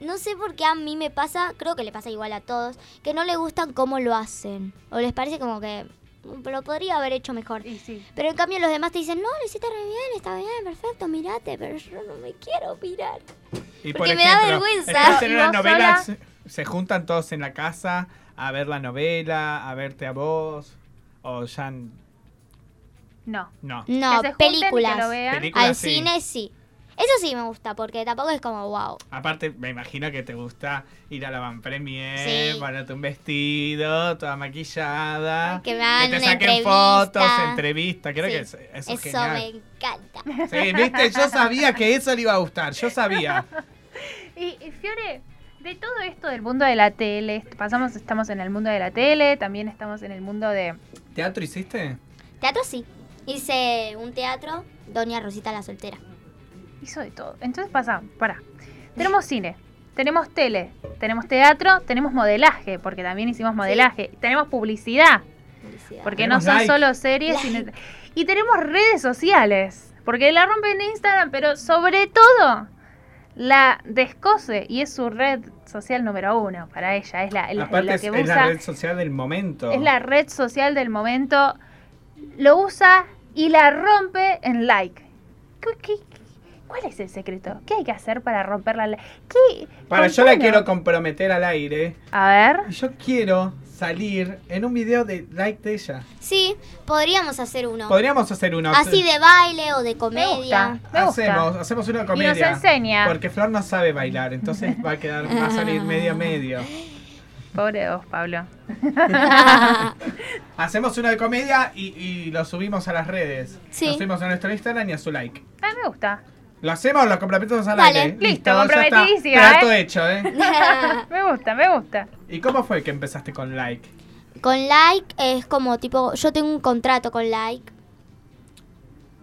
S3: No sé por qué a mí me pasa, creo que le pasa igual a todos, que no le gustan cómo lo hacen. O les parece como que. "Mm, Lo podría haber hecho mejor.
S1: y sí.
S3: Pero en cambio los demás te dicen, no, lo hiciste re bien, está bien, perfecto, mirate, pero yo no me quiero mirar.
S2: Y
S3: Porque me da vergüenza.
S2: Estás en
S1: Y
S2: una
S1: vos
S2: novela,
S1: sola.
S2: se- se juntan todos en la casa a ver la novela, a verte a vos. O ya n-
S1: No.
S2: no.
S3: No,
S1: Que se junten y que lo
S3: películas.
S1: vean.
S2: Películas,
S3: Al
S2: sí.
S3: cine sí. Eso sí me gusta, porque tampoco es como wow.
S2: Aparte, me imagino que te gusta ir a la Van Premier,
S3: Sí.
S2: ponerte un vestido, toda maquillada.
S3: Que me
S2: Que
S3: hagan
S2: te
S3: una
S2: saquen
S3: entrevista.
S2: fotos, entrevistas. Creo
S3: Sí.
S2: que eso, eso es
S3: Eso me
S2: genial.
S3: encanta.
S2: Sí, viste, yo sabía que eso le iba a gustar. Yo sabía.
S1: Y, y, Fiore, de todo esto del mundo de la tele, est- pasamos, estamos en el mundo de la tele, también estamos en el mundo de...
S2: ¿Teatro hiciste?
S3: Teatro sí. Hice un teatro, Doña Rosita la soltera.
S1: Hizo de todo. Entonces pasa, para. Tenemos cine, tenemos tele, tenemos teatro, tenemos modelaje, porque también hicimos modelaje. Tenemos publicidad,
S3: Publicidad.
S1: porque
S2: Tenemos
S1: no son
S2: like.
S1: solo series. sino- y tenemos redes sociales, porque la rompen en Instagram, pero sobre todo la descoce y es su red social número uno para ella. Es la, el-
S2: Aparte,
S1: lo
S2: es,
S1: que
S2: es
S1: usa.
S2: la red social del momento.
S1: Es la red social del momento. Lo usa y la rompe en like. ¿Qué- qué- qué- cuál es el secreto? ¿Qué hay que hacer para romperla? la- ¿Qué?
S2: Para, yo la
S1: Contanos.
S2: quiero comprometer al aire.
S1: A ver.
S2: Y yo quiero salir en un video de like de ella.
S3: Sí, podríamos hacer uno.
S2: Podríamos hacer uno.
S3: Así Ah, de baile o de
S1: Me
S3: comedia.
S1: gusta. Me gusta.
S2: Hacemos, hacemos una comedia.
S1: Y nos enseña.
S2: Porque Flor no sabe bailar, entonces va a quedar, va a salir medio a medio.
S1: Pobre de vos, Pablo.
S2: Hacemos una de comedia y, y lo subimos a las redes.
S3: Sí.
S2: Lo subimos a nuestro Instagram y a su like.
S1: Ah, me gusta.
S2: ¿Lo hacemos? ¿Lo comprometemos al
S3: Dale.
S2: aire?
S1: Listo,
S2: ya está.
S1: comprometidísima,
S2: Trato hecho, ¿eh?
S1: Me gusta, me gusta.
S2: ¿Y cómo fue que empezaste con like?
S3: <laughs> Con like es como tipo, yo tengo un contrato con like.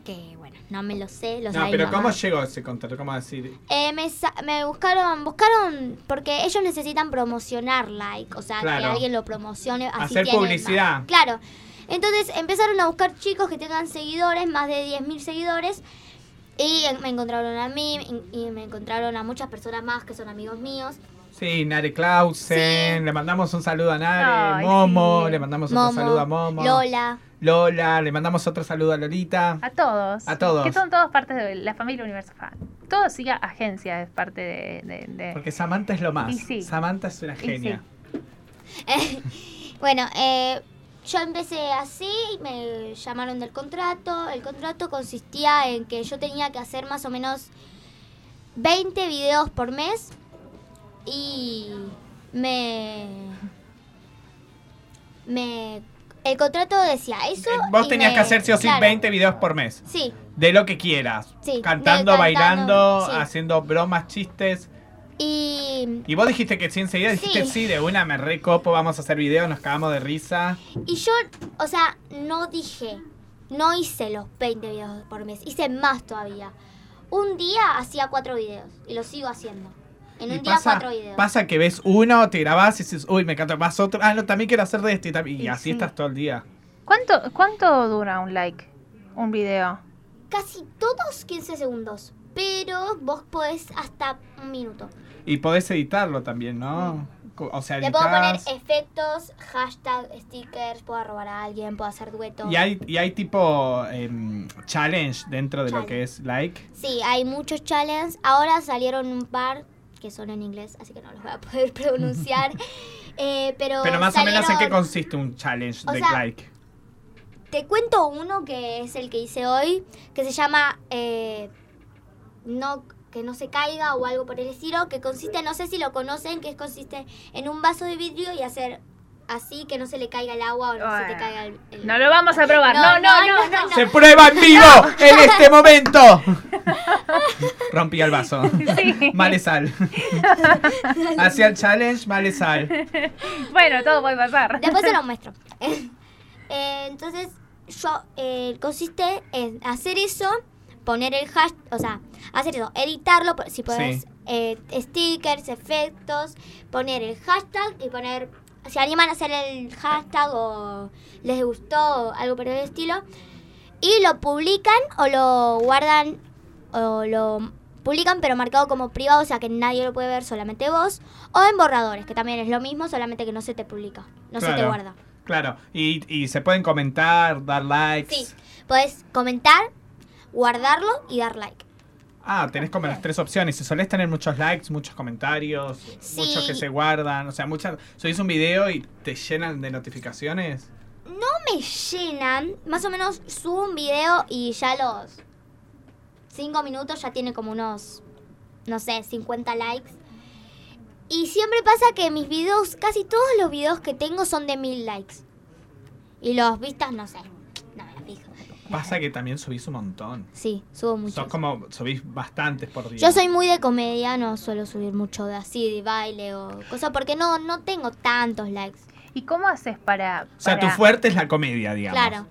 S3: Que bueno, no me lo sé, lo
S2: No,
S3: sabe
S2: pero
S3: mi mamá.
S2: ¿cómo llegó ese contrato? ¿Cómo decir?
S3: Eh, me, sa- me buscaron, buscaron, porque ellos necesitan promocionar like, o sea, que
S2: Claro.
S3: alguien lo promocione. Así
S2: Hacer
S3: tienen más.
S2: publicidad.
S3: Claro. Entonces empezaron a buscar chicos que tengan seguidores, más de 10.000 seguidores. Y en- me encontraron a mí y y me encontraron a muchas personas más que son amigos míos.
S2: Sí, Nare Clausen,
S3: Sí.
S2: le mandamos un saludo a Nare,
S1: Ay,
S2: Momo,
S1: sí.
S2: le mandamos
S3: Momo,
S2: otro saludo a Momo,
S3: Lola. Ah,
S2: Lola, le mandamos otro saludo a Lolita.
S1: A todos.
S2: A todos.
S1: Que son todos partes de la familia Universo Fan. Todo sigue agencia, es parte de. de- de-
S2: Porque Samantha es lo más.
S1: Y sí.
S2: Samantha es una
S1: sí.
S2: genia.
S3: Bueno, eh, yo empecé así, me llamaron del contrato. El contrato consistía en que yo tenía que hacer más o menos 20 videos por mes y me... me el contrato decía eso.
S2: Eh, Vos
S3: y
S2: tenías
S3: me-
S2: que hacer sí o sí
S3: claro,
S2: 20 videos por mes.
S3: Sí,
S2: De lo que quieras.
S3: Sí, de
S2: Cantando,
S3: cantando,
S2: bailando,
S3: sí.
S2: haciendo bromas, chistes.
S3: y,
S2: Y vos dijiste que sí enseguida,
S3: Sí.
S2: dijiste sí, de una me recopo, vamos a hacer videos, nos cagamos de risa.
S3: y yo, o sea, no dije, no hice los 20 videos por mes, hice más todavía. Un día hacía cuatro videos y lo sigo haciendo. En
S2: Y
S3: un día cuatro videos.
S2: pasa que ves uno, te grabás y dices, uy, me encanta más otro. Ah, no, también quiero hacer de este. Y, tam- y
S1: Y
S2: así
S1: sí.
S2: estás todo el día.
S1: ¿Cuánto, ¿Cuánto dura un like? Un video.
S3: Casi todos 15 segundos, pero vos podés hasta un minuto.
S2: Y podés editarlo también, ¿no? Co- O sea,
S3: Mm. Le puedo poner
S2: editás.
S3: efectos, hashtag, stickers, puedo robar a alguien, puedo hacer duetos.
S2: Y hay, y hay tipo em, challenge dentro de lo que es like.
S3: Sí, hay muchos challenges. Ahora salieron un par que son en inglés, así que no los voy a poder
S2: <laughs>
S3: <laughs> pronunciar. Eh, pero,
S2: Pero más o menos en qué
S3: salieron-
S2: consiste un challenge
S3: O
S2: de
S3: sea,
S2: like.
S3: Te cuento uno que es el que hice hoy, que se llama eh, no, Que no se caiga o algo por el estilo, que consiste, no sé si lo conocen, que consiste en un vaso de vidrio y hacer así que no se le caiga el agua o no
S1: Ah.
S3: se te caiga el, el-
S1: No lo vamos a probar. No,
S3: No,
S1: no, no,
S3: no,
S1: no.
S3: no,
S2: ¡Se prueba en
S3: <laughs>
S2: vivo en este momento! Rompí el vaso.
S1: Sí.
S2: Male
S3: <laughs>
S2: sal. Hacia el challenge, male sal.
S1: Bueno, todo puede <laughs> pasar.
S3: Después se lo muestro. <laughs> Eh, entonces, yo, eh, consiste en hacer eso, poner el hashtag, o sea, hacer eso, editarlo, por- si puedes,
S2: Sí.
S3: eh, stickers, efectos, poner el hashtag y poner, si animan a hacer el hashtag o les gustó o algo por el estilo, y lo publican o lo guardan o lo publican pero marcado como privado, o sea que nadie lo puede ver, solamente vos, o en borradores, que también es lo mismo, solamente que no se te publica, no se te
S2: Claro.
S3: guarda.
S2: Claro, y, y se pueden comentar, dar likes.
S3: Sí, puedes comentar, guardarlo y dar like.
S2: Ah, tenés como las tres opciones. Si solés tener muchos likes, muchos comentarios,
S3: Sí.
S2: muchos que se guardan. O sea, muchas. Subís un video y te llenan de notificaciones.
S3: No me llenan, más o menos subo un video y ya los 5 minutos ya tiene como unos, no sé, 50 likes. Y siempre pasa que mis videos, casi todos los videos que tengo son de mil likes. Y los vistas, no sé, no me las fijo.
S2: Pasa que también subís un montón.
S3: Sí, subo mucho.
S2: Sos como. Subís bastantes por día.
S3: Yo soy muy de comedia, no suelo subir mucho de así, de baile o cosas, porque no, no tengo tantos likes.
S1: ¿Y cómo haces para,
S2: O sea, tu
S1: para-
S2: fuerte es la comedia, digamos.
S3: Claro.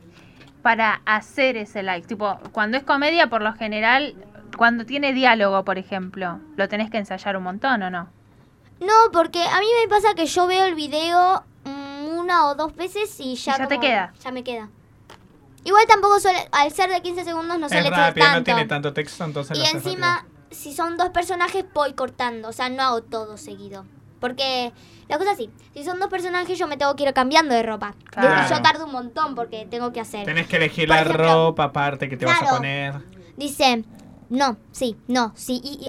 S1: para hacer ese like? Tipo, cuando es comedia, por lo general, cuando tiene diálogo, por ejemplo, lo tenés que ensayar un montón o no.
S3: No, porque a mí me pasa que yo veo el video mm, una o dos veces y ya.
S1: Y ya te
S3: como-
S1: queda.
S3: Ya me queda. Igual tampoco suele, al ser de 15 segundos no
S2: es
S3: suele ser
S2: rápida,
S3: tanto.
S2: no tiene tanto texto, entonces lo
S3: y
S2: haces
S3: encima,
S2: rápido.
S3: si son dos personajes, voy cortando. O sea, no hago todo seguido. Porque la cosa es así, si son dos personajes yo me tengo que ir cambiando de ropa. De-
S1: Claro.
S3: Yo tardo un montón porque tengo que hacer.
S2: Tenés que elegir
S3: eh, Por
S2: la
S3: ejemplo,
S2: ropa aparte que te vas a
S3: claro.
S2: poner.
S3: Dice, no, sí, no, sí. Y, y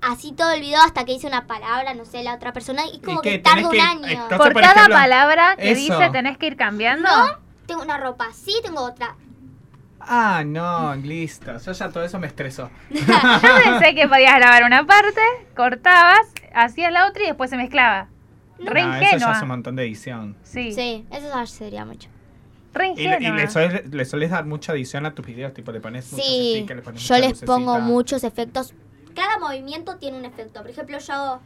S3: así todo el video hasta que dice una palabra, no sé, la otra persona. Y como
S2: qué?
S3: que tarda
S2: Tenés
S3: un
S2: que-
S3: año.
S2: Entonces,
S1: por,
S2: por
S1: cada
S2: ejemplo,
S1: palabra que
S2: eso.
S1: dice tenés que ir cambiando.
S3: Tengo una ropa así, tengo otra.
S2: Ah, no, listo. Yo ya todo eso me estresó.
S1: Yo pensé que podías grabar una parte, cortabas, hacías la otra y después se mezclaba. Re
S2: No, Ah, eso ya
S1: ingenua.
S2: es un montón de edición.
S1: Sí,
S3: Sí, eso ya sería mucho.
S1: re
S2: Y, le- y
S1: ingenua.
S2: le, solés, le solés dar mucha edición a tus videos, tipo le pones muchos
S3: Sí,
S2: stickers, le pones
S3: yo
S2: mucha
S3: les pongo
S2: lucecita.
S3: muchos efectos. Cada movimiento tiene un efecto. Por ejemplo, yo hago...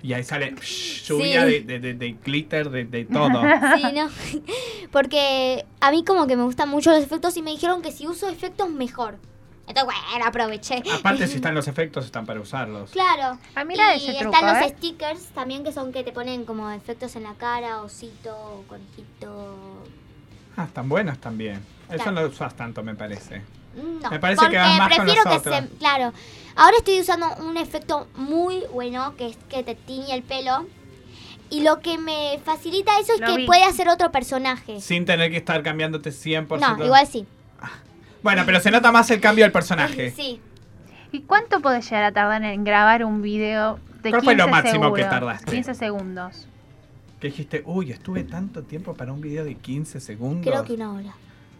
S2: Y ahí sale psh, lluvia
S3: Sí.
S2: de, de- de- de glitter, de, de
S3: <laughs>
S2: todo.
S3: Sí, no. Porque a mí como que me gustan mucho los efectos y me dijeron que si uso efectos mejor. Entonces, bueno,
S1: <laughs>
S3: aproveché.
S2: Aparte, si están los efectos, están para usarlos.
S3: Claro.
S1: Ah, mira
S3: y
S1: ese
S3: están
S1: truco,
S3: los
S1: ¿eh?
S3: stickers también que son que te ponen como efectos en la cara, osito, conejito.
S2: Ah, están buenos también. Eso
S3: Claro.
S2: no lo usas tanto, me parece.
S3: No,
S2: Me parece que
S3: porque
S2: van más con
S3: prefiero
S2: los
S3: que se,
S2: otros.
S3: claro. Ahora estoy usando un efecto muy bueno que es que te tiñe el pelo. Y lo que me facilita eso es
S1: Lo
S3: que
S1: vi.
S3: puede hacer otro personaje.
S2: Sin tener que estar cambiándote 100%.
S3: no, igual sí.
S2: Bueno, pero se nota más el cambio del personaje.
S3: Sí.
S1: ¿Y cuánto podés llegar a tardar en grabar un video de 15
S2: ¿Cuál fue lo máximo
S1: segundos?
S2: que tardaste?
S1: 15 segundos.
S2: Que dijiste, uy, estuve tanto tiempo para un video de 15 segundos.
S3: Creo que una hora.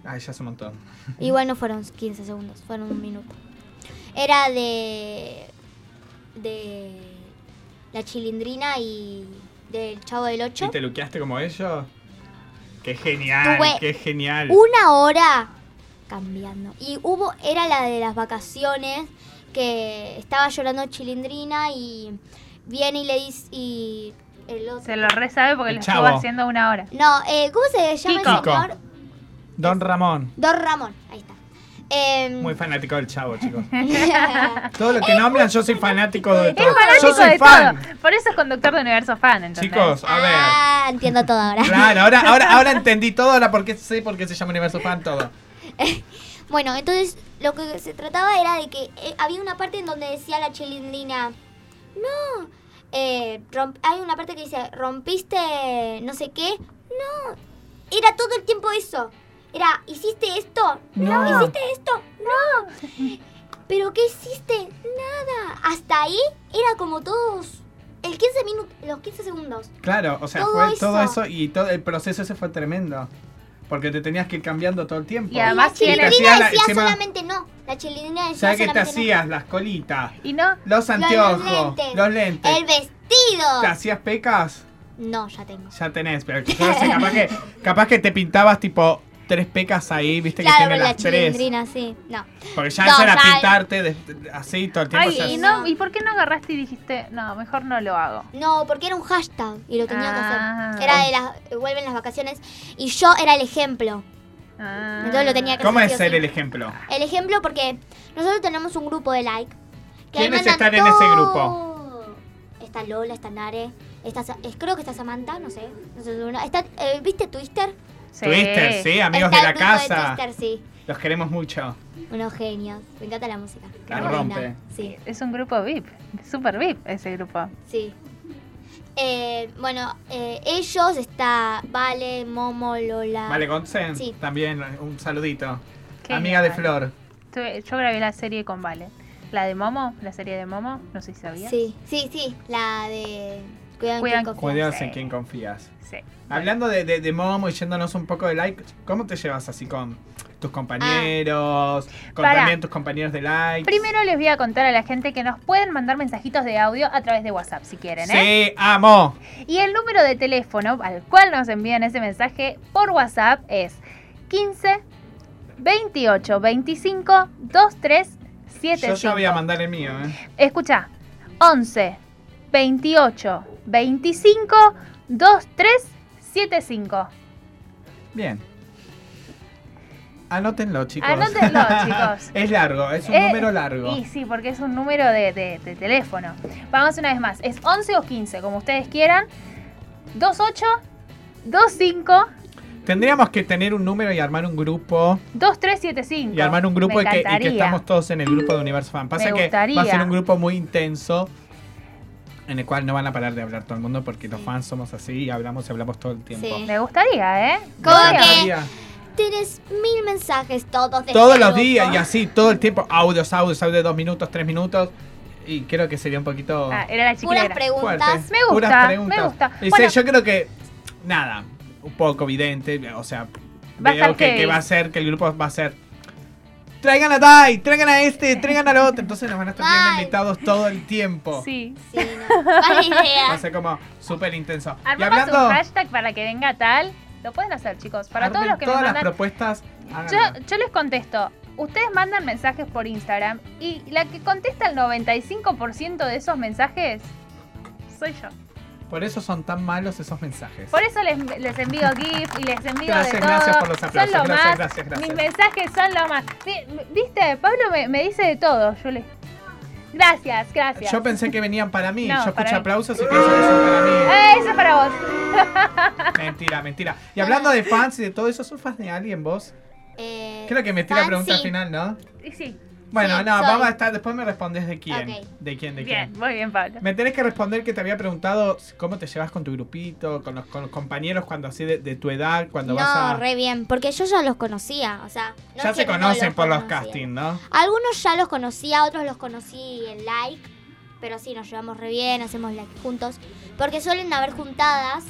S2: Ay, ya es un montón.
S3: Igual no fueron 15 segundos, fueron un minuto. Era de. de. la chilindrina y. del chavo del 8.
S2: ¿Y te luqueaste como ellos? ¡Qué genial!
S3: Tuve
S2: ¡Qué genial!
S3: una hora cambiando. Y hubo, era la de las vacaciones, que estaba llorando Chilindrina y viene y le dice, y el otro...
S1: Se lo re sabe porque
S2: El
S1: lo
S2: chavo.
S1: estuvo haciendo una hora.
S3: No, eh, ¿cómo se llama
S1: Kiko.
S3: el señor?
S2: Don Ramón.
S3: Don Ramón, ahí está. Em,
S2: Muy fanático del chavo, chicos.
S3: <laughs>
S2: Todo lo que nombran, yo soy fanático de todo.
S1: Es fanático
S2: yo soy
S1: de
S2: fan.
S1: todo. Por eso es conductor de Universo Fan, ¿entendés?
S2: Chicos, a ver.
S3: ah, entiendo todo ahora.
S2: Claro, ahora, ahora, ahora entendí todo, ahora porque sé por qué se llama Universo Fan todo.
S3: Bueno, entonces lo que se trataba era de que eh, había una parte en donde decía la chilindrina, no, eh, romp- hay una parte que dice, rompiste no sé qué, no, era todo el tiempo eso, era, hiciste esto, no,
S2: No.
S3: hiciste esto, no, <laughs> pero ¿qué hiciste? Nada, hasta ahí era como todos, el 15 minutos, los 15 segundos,
S2: Claro, o sea,
S3: Todo
S2: fue
S3: eso.
S2: todo eso y todo el proceso ese fue tremendo. Porque te tenías que ir cambiando todo el tiempo.
S1: Y además
S3: la
S1: tiene-
S2: Y te
S3: chilindrina
S2: hacía la-
S3: decía
S2: encima-
S3: solamente no, la chilindrina
S2: O
S3: decía
S2: sea, que te
S3: solamente no.
S2: hacías las colitas,
S1: Y no,
S2: los anteojos, los
S3: lentes.
S2: lentes.
S3: El vestido.
S2: ¿Te hacías pecas?
S3: No, ya tengo.
S2: Ya tenés, pero yo no sé, capaz que, capaz que te pintabas tipo tres pecas ahí, viste que
S3: Claro,
S2: tiene
S3: con la
S2: las tres.
S3: chilindrina, sí. No.
S2: Porque ya
S3: No,
S2: eso era
S3: ya-
S2: pintarte de- de- así todo el tiempo.
S1: Ay,
S2: ya-
S1: y,
S3: es-
S1: no, ¿y por qué no agarraste y dijiste, no, mejor no lo hago?
S3: No, porque era un hashtag y lo tenía
S1: Ah.
S3: que hacer. Era de las. eh, Vuelven las vacaciones y yo era el ejemplo.
S1: Ah.
S3: Entonces lo tenía que
S2: ¿Cómo
S3: hacer.
S2: es
S3: sí o
S2: ser
S3: sí.
S2: el ejemplo?
S3: El ejemplo porque nosotros tenemos un grupo de like. que ahí
S2: ¿Quiénes
S3: mandan
S2: están en ese
S3: todo. Está Lola, está Nare, está, Sa- eh, creo que está Samantha, no sé. no sé, una- está, eh, ¿Viste Twister?
S1: Ah, Sí.
S2: Twister, sí, amigos
S3: está
S2: de la
S3: el grupo
S2: casa.
S3: De Twister, sí.
S2: Los queremos mucho.
S3: Unos genios. Me encanta la música.
S2: La
S3: Muy linda.
S2: rompe.
S3: Sí,
S1: Es un grupo VIP, super VIP ese grupo.
S3: sí. Eh, bueno, eh, ellos está Vale, Momo, Lola.
S2: Vale, Gonsen,
S3: Ah, Sí.
S2: también un saludito.
S1: Qué
S2: Amiga de
S1: genial.
S2: Flor.
S1: Tuve- Yo grabé la serie con Vale. La de Momo, la serie de Momo, no sé si sabías.
S3: Sí, sí, sí. La de. Cuidan,
S1: Cuidan-
S3: que confían.
S2: Cuidados en
S1: Sí.
S2: quien confías.
S1: Sí.
S2: Hablando de, de, de Momo y yéndonos un poco de like, ¿cómo te llevas así con tus compañeros? con
S1: Pará.
S2: también tus compañeros de like.
S1: Primero les voy a contar a la gente que nos pueden mandar mensajitos de audio a través de WhatsApp si quieren, ¿eh?
S2: Sí, amo.
S1: Y el número de teléfono al cual nos envían ese mensaje por WhatsApp es 15 28 25 23
S2: Yo ya voy a
S1: 75.
S2: mandar el mío, ¿eh?
S1: Escucha, 11 28 25 23 75.
S2: Bien. Anótenlo, chicos. <laughs>
S1: Anótenlo, chicos.
S2: es largo, es un
S1: Eh,
S2: número largo.
S1: Y sí, porque es un número de, de- de teléfono. Vamos una vez más. Es 11 o 15, como ustedes quieran. 28, 25,
S2: Tendríamos que tener un número y armar un grupo.
S1: 2375.
S2: Y armar un grupo
S1: Me
S2: y que, y que
S1: encantaría.
S2: estamos todos en el grupo de Universo Fan. Pasa
S1: Me
S2: que va a ser
S1: gustaría.
S2: un grupo muy intenso en el cual no van a parar de hablar todo el mundo porque los
S3: Sí.
S2: fans somos así y hablamos y hablamos todo el tiempo.
S3: Sí.
S1: Me gustaría, ¿eh?
S2: Me
S3: ¿Cómo
S1: Podría.
S3: que?
S2: encantaría.
S1: este
S3: Tienes mil mensajes todos de
S2: Todos
S3: este
S2: los
S3: grupo.
S2: días y así, todo el tiempo. Audios, audios, audios de dos minutos, tres minutos. Y creo que sería un poquito
S1: Ah, era la
S3: Puras
S1: chiquilera.
S2: fuerte.
S3: preguntas.
S1: Me gusta,
S2: Puras preguntas.
S1: me gusta.
S2: Y sé,
S1: Bueno.
S2: yo creo que, nada, un poco evidente, o sea,
S1: Va a
S2: veo
S1: estar
S2: que,
S1: heavy.
S2: que va a ser, que el grupo va a ser... Traigan a Dai, traigan a este, traigan al otro. Entonces nos van a estar viendo
S3: Ay.
S2: invitados todo el tiempo.
S1: Sí.
S3: Sí, no. <laughs> Mala
S2: <laughs>
S3: idea.
S2: Va a ser como súper intenso. Y
S1: Armamos
S2: hablando,
S1: un hashtag para que venga tal. Lo pueden hacer, chicos. Para todos
S2: armen
S1: los que me
S2: todas
S1: mandan.
S2: las propuestas, háganlo.
S1: Yo, yo les contesto. Ustedes mandan mensajes por Instagram y la que contesta el 95% de esos mensajes soy yo.
S2: Por eso son tan malos esos mensajes.
S1: Por eso les, les envío GIF y les envío
S2: Gracias,
S1: de todo.
S2: gracias por los aplausos.
S1: Son lo
S2: Gracias,
S1: más.
S2: gracias, gracias.
S1: Mis mensajes son lo más. Sí, Viste, Pablo me, me dice de todo. Yo le... Gracias, gracias.
S2: Yo pensé que venían para mí.
S1: No, para
S2: yo escuché
S1: mí.
S2: aplausos y pienso que son para mí.
S1: <laughs> Eh, eso es para vos.
S2: Mentira, mentira. Y hablando de fans y de todo eso, ¿sos fan de alguien vos?
S3: Eh,
S2: Creo que me tira la
S3: fan,
S2: pregunta al
S3: sí.
S2: final, ¿no?
S1: Y sí,
S2: Bueno,
S3: Sí,
S2: no,
S3: soy.
S2: vamos a estar. Después me respondes de quién.
S3: Ok.
S2: De quién, de
S1: bien,
S2: quién.
S1: muy bien, Pablo.
S2: Me tenés que responder que te había preguntado cómo te llevas con tu grupito, con los, con los compañeros cuando así de, de tu edad, cuando
S3: No,
S2: vas a.
S3: re bien, porque yo ya los conocía, o sea... no
S2: ya
S3: es
S2: se
S3: que no
S2: conocen por los
S3: conocía.
S2: castings, ¿no?
S3: Algunos ya los conocía, otros los conocí en like, pero sí, nos llevamos re bien, hacemos like juntos, porque suelen haber juntadas.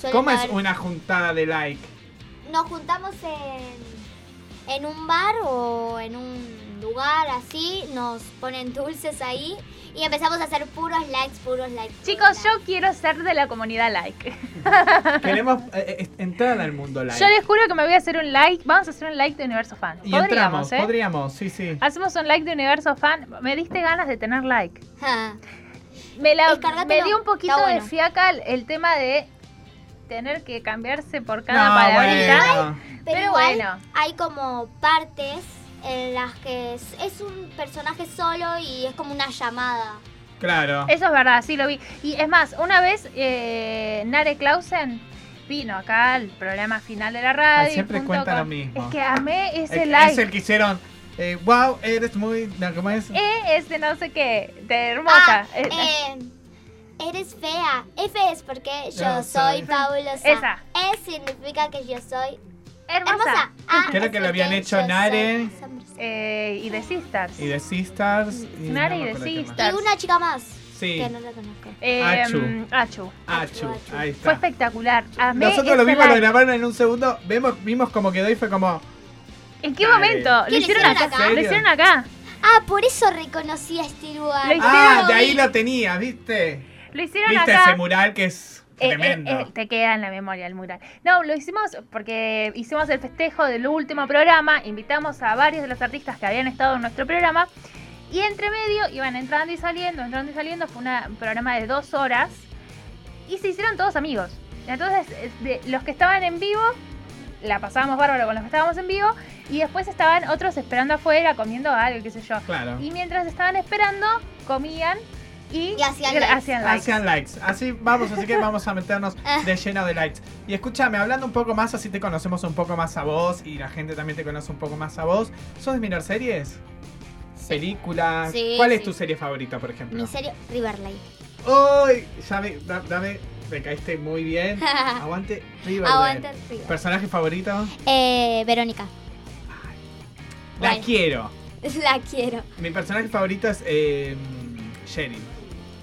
S3: suelen
S2: ¿Cómo es
S3: haber-
S2: una juntada de like?
S1: <laughs>
S3: Nos juntamos en, en un bar o en un lugar así, nos ponen dulces ahí y empezamos a hacer puros likes, puros likes. puros
S1: Chicos,
S3: likes.
S1: yo quiero ser de la comunidad like.
S2: Queremos eh, eh, entrar al mundo like.
S1: Yo les juro que me voy a hacer un like. Vamos a hacer un like de Universo Fan.
S2: y
S1: podríamos,
S2: entramos,
S1: ¿eh?
S2: podríamos, sí, sí.
S1: Hacemos un like de Universo Fan. Me diste ganas de tener like.
S3: Ja.
S1: Me, la,
S3: Descargatelo.
S1: me dio un poquito
S3: Está
S1: de
S3: bueno.
S1: fiaca el, el tema de tener que cambiarse por cada
S2: no,
S1: palabrita.
S2: bueno.
S3: Pero,
S1: Pero
S3: igual,
S1: bueno.
S3: hay como partes en las que es, es un personaje solo y es como una llamada.
S2: Claro.
S1: Eso es verdad, sí lo vi. Y es más, una vez eh, Nare Clausen vino acá al programa final de la radio.
S2: Ay, siempre
S1: junto
S2: cuenta
S1: con-
S2: lo mismo.
S1: Es que amé ese
S2: El-
S1: like.
S2: Es el que hicieron. eh, wow, eres muy. no, ¿Cómo es?
S1: Eh, es de no sé qué, de hermosa.
S3: Ah,
S1: Eh,
S3: eh, eres fea. F es porque yo
S2: No, soy.
S3: soy fabulosa.
S1: Esa.
S3: E significa que yo soy
S1: hermosa.
S3: hermosa. A
S2: Creo
S3: es
S2: que lo habían
S3: porque
S2: hecho
S3: yo soy
S2: Nare.
S3: asombrosa.
S1: Eh, y de Sisters.
S2: Y de Sisters. y
S1: Nara y
S2: me
S1: de
S2: acuerdo qué más.
S1: Sisters.
S3: Y una chica más
S2: Sí,
S3: que no la conozco.
S1: Eh,
S2: Achu.
S1: mm, Achu.
S2: Achu.
S1: Fue
S2: Ahí está.
S1: espectacular. Amé
S2: Nosotros lo
S1: ese
S2: vimos, lo
S1: like.
S2: grabaron en un segundo. Vemos, vimos como quedó y fue como.
S1: ¿En qué
S2: Dale.
S1: momento?
S3: ¿Qué
S1: Lo hicieron acá. Lo
S2: ¿Serio?
S1: hicieron acá.
S3: Ah, por eso reconocí a este
S1: Lo
S3: lugar.
S1: hicieron-
S2: Ah,
S1: lo
S2: de
S1: vi.
S2: ahí lo tenía, ¿viste?
S1: Lo hicieron
S2: ¿Viste
S1: acá.
S2: ese mural que es
S1: Eh,
S2: Tremendo.
S1: eh, eh, te queda en la memoria el mural. No, lo hicimos porque hicimos el festejo del último programa, invitamos a varios de los artistas que habían estado en nuestro programa y entre medio iban entrando y saliendo, entrando y saliendo, fue una- un programa de dos horas y se hicieron todos amigos. Entonces, eh, de los que estaban en vivo, la pasábamos bárbaro con los que estábamos en vivo y después estaban otros esperando afuera, comiendo algo, qué sé yo.
S2: Claro.
S1: Y mientras estaban esperando, comían y,
S3: Y hacían
S1: gra-
S3: likes.
S1: likes. Ah.
S2: Hacían likes. Así vamos, así que vamos a meternos de lleno de likes. Y escúchame, hablando un poco más, así te conocemos un poco más a vos y la gente también te conoce un poco más a vos. ¿Sos de mirar series? ¿Películas?
S3: Sí,
S2: ¿Cuál es
S3: sí.
S2: tu serie favorita, por ejemplo?
S3: Mi serie Riverley.
S2: ¡Uy! Ya me, da- dame, me caíste muy
S3: <laughs>
S2: bien. Aguante Riverdale.
S3: Aguanta el River.
S2: ¿Personaje favorito?
S3: Eh, Verónica. <laughs>
S2: La
S3: Bueno.
S2: quiero.
S3: La quiero.
S2: Mi personaje favorito es eh, Sherry,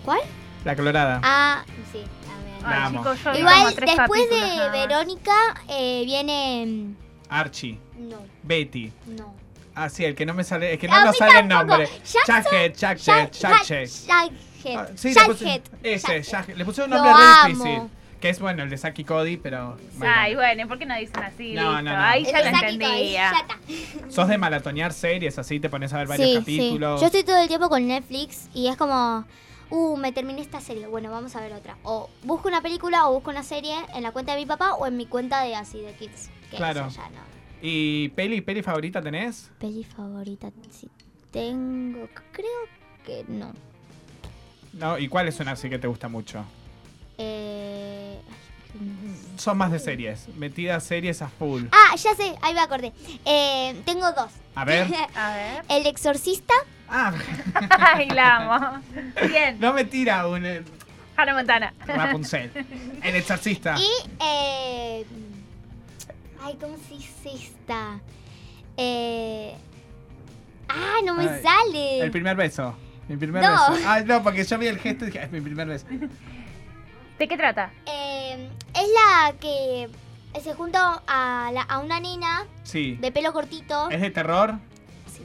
S3: ¿Cuál?
S2: la colorada.
S3: Ah, sí, también.
S1: Ay,
S2: La amo.
S1: chicos, yo vi como
S3: Igual
S1: tres
S3: después
S1: capítulos
S3: de
S1: nada más.
S3: Verónica eh, viene. mm,
S2: Archie,
S3: No,
S2: Betty.
S3: no.
S2: Así, el que no me sale, es que
S3: A
S2: no
S3: mí
S2: nos sale el
S3: tampoco.
S2: nombre.
S3: Jackson-
S2: Chuckhead, Chuckhead, Chuckhead. Ah,
S3: Jaghead.
S2: sí, le puse- Ese,
S3: Jackhead.
S2: Jackhead. Le puse un
S3: Lo
S2: nombre re
S3: amo.
S2: difícil. Que es bueno, el de Saki Cody, pero.
S1: Ay,
S2: bueno.
S1: bueno, ¿por qué no dicen así?
S2: No,
S1: Listo,
S2: no, no.
S1: Ahí
S2: El
S1: ya lo entendía.
S3: Ya está.
S2: Sos de maratonear series, así te pones a ver varios capítulos.
S3: Yo estoy todo el tiempo con Netflix y es como, uh, me terminé esta serie, bueno, vamos a ver otra. O busco una película o busco una serie en la cuenta de mi papá o en mi cuenta de así de Kids. Que
S2: Claro.
S3: eso ya no.
S2: ¿Y peli, peli favorita tenés?
S3: Peli favorita, si tengo, creo que no.
S2: No, ¿y cuál es una así que te gusta mucho?
S3: Eh, ay, no sé.
S2: Son más de series, metidas series a full.
S3: Ah, ya sé, ahí me acordé. Eh, tengo dos.
S2: A ver.
S1: A ver.
S3: <laughs>
S1: <laughs>
S3: El exorcista,
S2: Ah, <laughs>
S1: Ay, la amo. Bien.
S2: no me tira un eh,
S1: Hannah Montana.
S2: Rapunzel. El exorcista.
S3: Y, eh, ay, ¿cómo se dice esta? Eh, ah, no me
S2: Ay,
S3: sale.
S2: El primer beso. Mi primer
S3: No.
S2: beso. Ah, no, porque yo vi el gesto y dije, "Ah, es mi primer beso.
S1: ¿De qué trata?
S3: Eh, es la que se junta a, la- a una nena
S2: Sí.
S3: de pelo cortito.
S2: ¿Es de terror?
S3: Sí.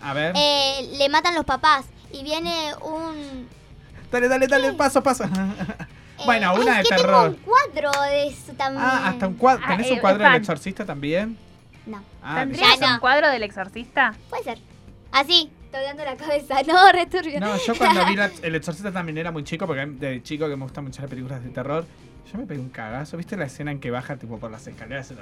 S2: A ver.
S3: Eh, le matan los papás y viene un...
S2: Dale, dale, dale, paso, paso.
S3: eh,
S2: Bueno, una
S3: ay,
S2: de
S3: que
S2: terror.
S3: Tengo Mm. un cuadro de eso también.
S2: Ah, hasta un cuadro.
S1: Ah,
S2: ¿Tenés
S1: eh,
S2: un cuadro
S1: fan.
S2: del exorcista también?
S3: No,
S2: Ah,
S1: ¿Tendrías
S2: mira,
S3: no.
S1: un cuadro del exorcista?
S3: puede ser. Así, tocando la cabeza. <laughs> No, returbio.
S2: No, yo cuando vi la- El Exorcista también era muy chico, porque a mí de chico que me gustan mucho las películas de terror, yo me pegué un cagazo. ¿Viste la escena en que baja tipo por las escaleras?
S1: Eso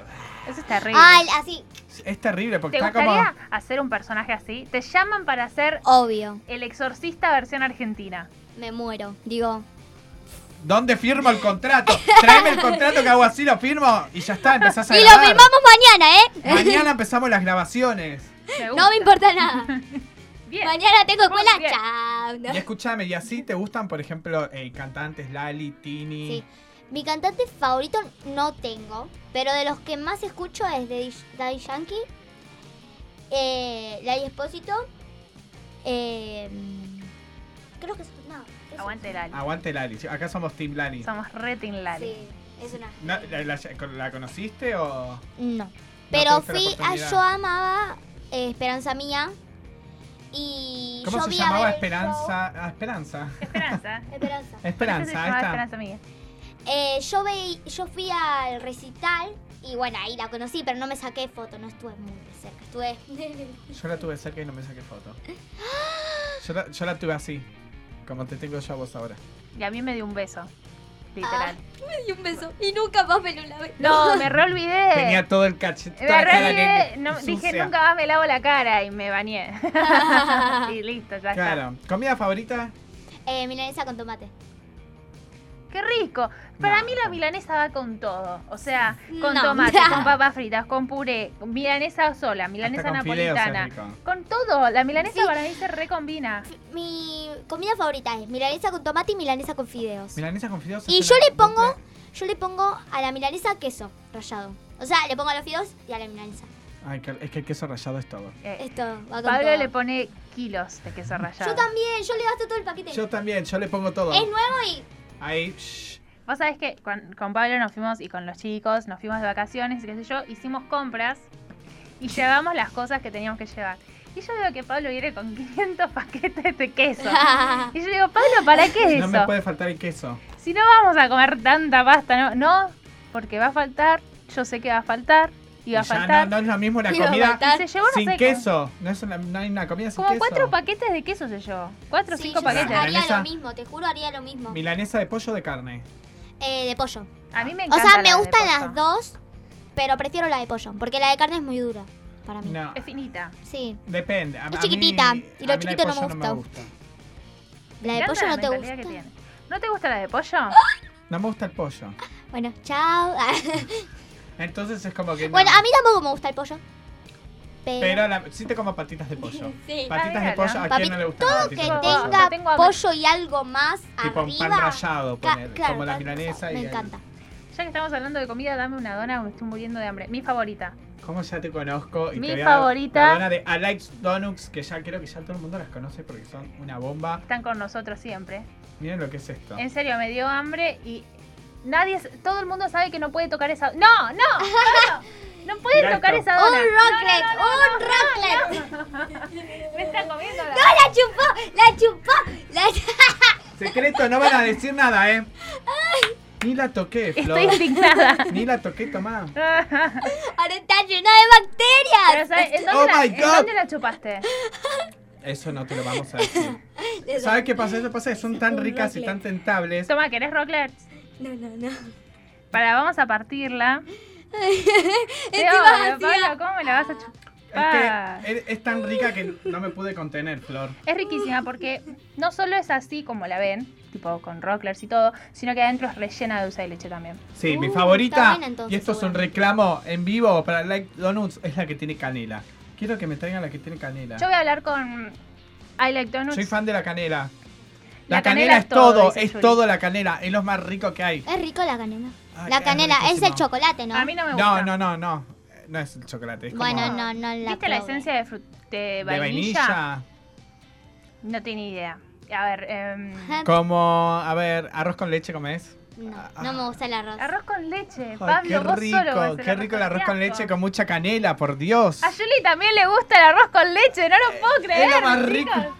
S1: es terrible.
S3: Ay, Ah, así,
S2: Es terrible, porque
S1: ¿Te
S2: está como...
S1: gustaría hacer un personaje así? Te llaman para hacer
S3: obvio.
S1: el exorcista versión argentina.
S3: Me muero. Digo,
S2: ¿Dónde firmo el contrato? Traeme el contrato que hago así, lo firmo y ya está, empezás a
S3: <laughs> Y lo
S2: grabar.
S3: firmamos mañana, ¿eh?
S2: Mañana empezamos las grabaciones.
S1: Me
S3: <laughs> No
S1: gusta.
S3: me importa nada.
S1: Bien.
S3: Mañana tengo escuela.
S1: Muy bien.
S3: Chao. <laughs> ¿no?
S2: Y escúchame, ¿y así te gustan, por ejemplo, eh, cantantes Lali, Tini?
S3: Sí. Mi cantante favorito no tengo, pero de los que más escucho es de Dish- Daddy Yankee, eh, Lali Espósito, eh, creo que es no, eso.
S1: Aguante el ali.
S2: Aguante Lali, sí, acá somos Team Lali.
S1: Somos retin Lali.
S3: Sí, es una.
S2: No, la, la- la conociste o...?
S3: No.
S2: No
S3: Pero
S2: tuviste la
S3: fui, a,
S2: oportunidad.
S3: yo amaba eh, Esperanza Mía y
S2: ¿Cómo
S3: yo
S2: se
S3: vi a
S2: llamaba
S3: ver el
S2: Esperanza? Ah, Esperanza.
S1: Esperanza.
S3: show- Esperanza.
S1: Parece que se
S2: Esperanza, ahí
S1: llamaba
S2: está.
S1: Esperanza Miguel.
S3: Eh, yo, veí- yo fui al recital y bueno, ahí la conocí, pero no me saqué foto, no estuve muy de cerca. Estuve.
S2: Yo la tuve cerca y no me saqué foto. Yo la, yo la tuve así, como te tengo yo a vos ahora.
S1: Y a mí me dio un beso. Literal.
S3: me dio un beso <laughs> y nunca más me lo lavé.
S1: No, me reolvidé.
S2: <laughs> Tenía todo el cachet.
S1: Eh, Me
S2: toda la cara
S1: reolvidé,
S2: que-
S1: no, dije
S2: sucia.
S1: nunca más me lavo la cara y me bañé. <laughs> y listo, ya está.
S2: Claro. ¿Comida favorita?
S3: Eh, milanesa con tomate.
S1: Qué rico. Para
S2: No.
S1: mí la milanesa va con todo. O sea, con
S3: No.
S1: tomate, con papas fritas, con puré, milanesa sola, milanesa
S2: Hasta con fideos es
S1: napolitana.
S2: rico.
S1: Con todo. La milanesa
S3: Sí.
S1: para mí se recombina.
S3: Mi comida favorita es milanesa con tomate y milanesa con fideos.
S2: Milanesa con fideos.
S3: Y
S2: es
S3: yo
S2: una-
S3: le pongo- Yo le pongo a la milanesa queso rallado. O sea, le pongo a los fideos y a la milanesa.
S2: Ay, que- es que el queso rallado es todo.
S1: Eh,
S3: Esto va con
S1: Pablo
S3: todo.
S1: le pone kilos de queso rallado.
S3: Yo también, yo le gasto todo el paquete.
S2: Yo también, yo le pongo todo.
S3: Es nuevo
S1: <laughs>
S3: y
S2: Ahí, shh.
S1: Vos sabés que con, con Pablo nos fuimos y con los chicos,
S3: <laughs>
S1: nos fuimos de vacaciones y qué sé yo, hicimos compras y llevamos las cosas que teníamos que llevar. Y yo veo que Pablo viene con <laughs> 500 paquetes de
S3: <laughs>
S1: queso. Y yo digo, Pablo, ¿para qué
S2: No
S1: eso?
S2: me puede faltar el queso.
S1: Si no vamos a comer tanta pasta, ¿no? No, porque va a faltar, yo sé que va a faltar, y va a
S2: Y ya
S1: faltar.
S2: no, no es lo mismo la
S3: Iba a
S2: comida
S3: faltar.
S1: Y se llevó, no
S2: sin
S1: sé,
S2: queso. No, es una, no hay una comida sin
S1: Como
S2: queso.
S1: cuatro paquetes de queso se llevó. Cuatro o
S3: Sí,
S1: cinco
S3: yo
S1: paquetes.
S3: haría
S2: Milanesa.
S3: lo mismo, te juro haría lo mismo.
S2: Milanesa de pollo o de carne.
S3: Eh, de pollo.
S1: A mí me
S3: O
S1: encanta.
S3: sea,
S1: la
S3: me
S1: de
S3: gustan
S1: pollo.
S3: las dos, pero prefiero la de pollo, porque la de carne es muy dura para mí.
S2: No.
S1: Es finita.
S3: Sí,
S2: Depende. A-
S3: Es
S2: a
S3: chiquitita,
S2: mí-
S3: y lo
S2: a mí la de
S3: chiquito no me
S2: pollo
S3: gusta. la de
S1: Mirá
S3: pollo
S1: la
S3: no te
S1: mentalidad que
S3: gusta.
S1: tiene. ¿No te gusta la de pollo?
S2: No me gusta el pollo.
S3: Bueno, chao. <laughs>
S2: Entonces es como que. no.
S3: bueno, a mí tampoco me gusta el pollo. Pero,
S2: Pero la, sí te como patitas de pollo.
S3: <laughs> Sí.
S2: Patitas de
S1: Ay,
S2: pollo, ¿a
S3: Papi-
S2: quién no le gusta? Todo
S3: que
S1: no,
S3: tenga
S1: no tengo hambre.
S3: pollo y algo más
S2: Tipo un
S3: arriba.
S2: pan rallado,
S3: Ca-
S2: poner,
S3: claro,
S2: como la
S3: pan
S2: milanesa.
S3: rallado,
S2: y
S3: Me
S2: el-
S3: encanta.
S1: Ya que estamos hablando de comida, dame una dona, me estoy muriendo de hambre. Mi favorita.
S2: ¿Cómo ya te conozco?
S1: Mi
S2: te voy a dar
S1: favorita.
S2: La dona de Alex Donuts, que ya creo que ya todo el mundo las conoce porque son una bomba.
S1: Están con nosotros siempre.
S2: Miren lo que es esto.
S1: En serio, me dio hambre y nadie, todo el mundo sabe que no puede tocar esa. ¡No, no! no,
S2: <laughs>
S1: No, no puede
S2: Mirá
S1: tocar
S2: esto.
S1: esa
S3: Un
S1: dona.
S3: rocklet, un rocklet.
S1: Me están comiendo la.
S3: La chupó, la chupó, la <laughs>
S2: Secreto, no van a decir nada, ¿eh? Ni la toqué,
S1: <laughs>
S2: Flor.
S1: Estoy
S2: <laughs>
S1: indignada.
S2: Ni la toqué, tomá.
S3: Ahora está llena de
S1: Pero,
S3: bacterias.
S1: ¿sabes? ¿En dónde,
S2: Oh
S1: la,
S2: my
S1: en
S2: God.
S1: dónde la chupaste?
S2: Eso no te lo vamos a
S3: <laughs>
S2: decir.
S3: Les-
S2: ¿Sabes qué pasa? Eso pasa que son tan
S3: Un
S2: ricas y
S3: rocklet.
S2: tan tentables.
S1: Toma, ¿querés rocklets?
S3: No, no, no.
S1: Para, vamos a partirla. Pero,
S3: Encima
S1: Paula, ¿cómo me la vas a chupar?
S2: Es que es, es tan rica que no me pude contener, Flor.
S1: Es riquísima porque no solo es así como la ven, tipo con rocklers y todo, sino que adentro es rellena de dulce de leche también.
S2: Sí, mi
S3: Uh,
S2: favorita.
S3: está buena entonces,
S2: y esto es un
S3: seguramente.
S2: reclamo en vivo para Like Donuts. Es la que tiene canela. Quiero que me traigan la que tiene canela.
S1: Yo voy a hablar con I Like Donuts.
S2: Soy fan de la canela.
S1: La canela
S2: La, canela,
S1: es
S2: es todo,
S1: todo, dice
S2: es
S1: Yuri.
S2: todo la canela, es lo más rico que hay.
S3: Es rico la canela.
S2: Ay,
S3: La
S2: es
S3: canela es el
S2: riquísimo.
S3: chocolate, ¿no?
S1: A mí no me gusta.
S2: No, no, no, no. Eh, No es el chocolate. Es
S3: Bueno,
S2: como
S3: no, no la
S1: ¿Viste la
S3: probé.
S1: esencia de, fru- de
S2: de
S1: vainilla?
S2: vainilla.
S1: No tiene idea. A ver, em,
S2: Como, a ver, arroz con leche, ¿cómo es?
S3: No,
S2: Ah.
S3: no me gusta el arroz.
S1: arroz con leche.
S2: Ay,
S1: Pablo,
S2: qué
S1: vos
S2: rico,
S1: solo vas a hacer
S2: qué rico el arroz con
S1: qué
S2: leche
S1: asco.
S2: con mucha canela, por Dios.
S1: A Julie también le gusta el arroz con leche, no lo puedo creer.
S2: Eh, es lo más rico.
S1: chicos.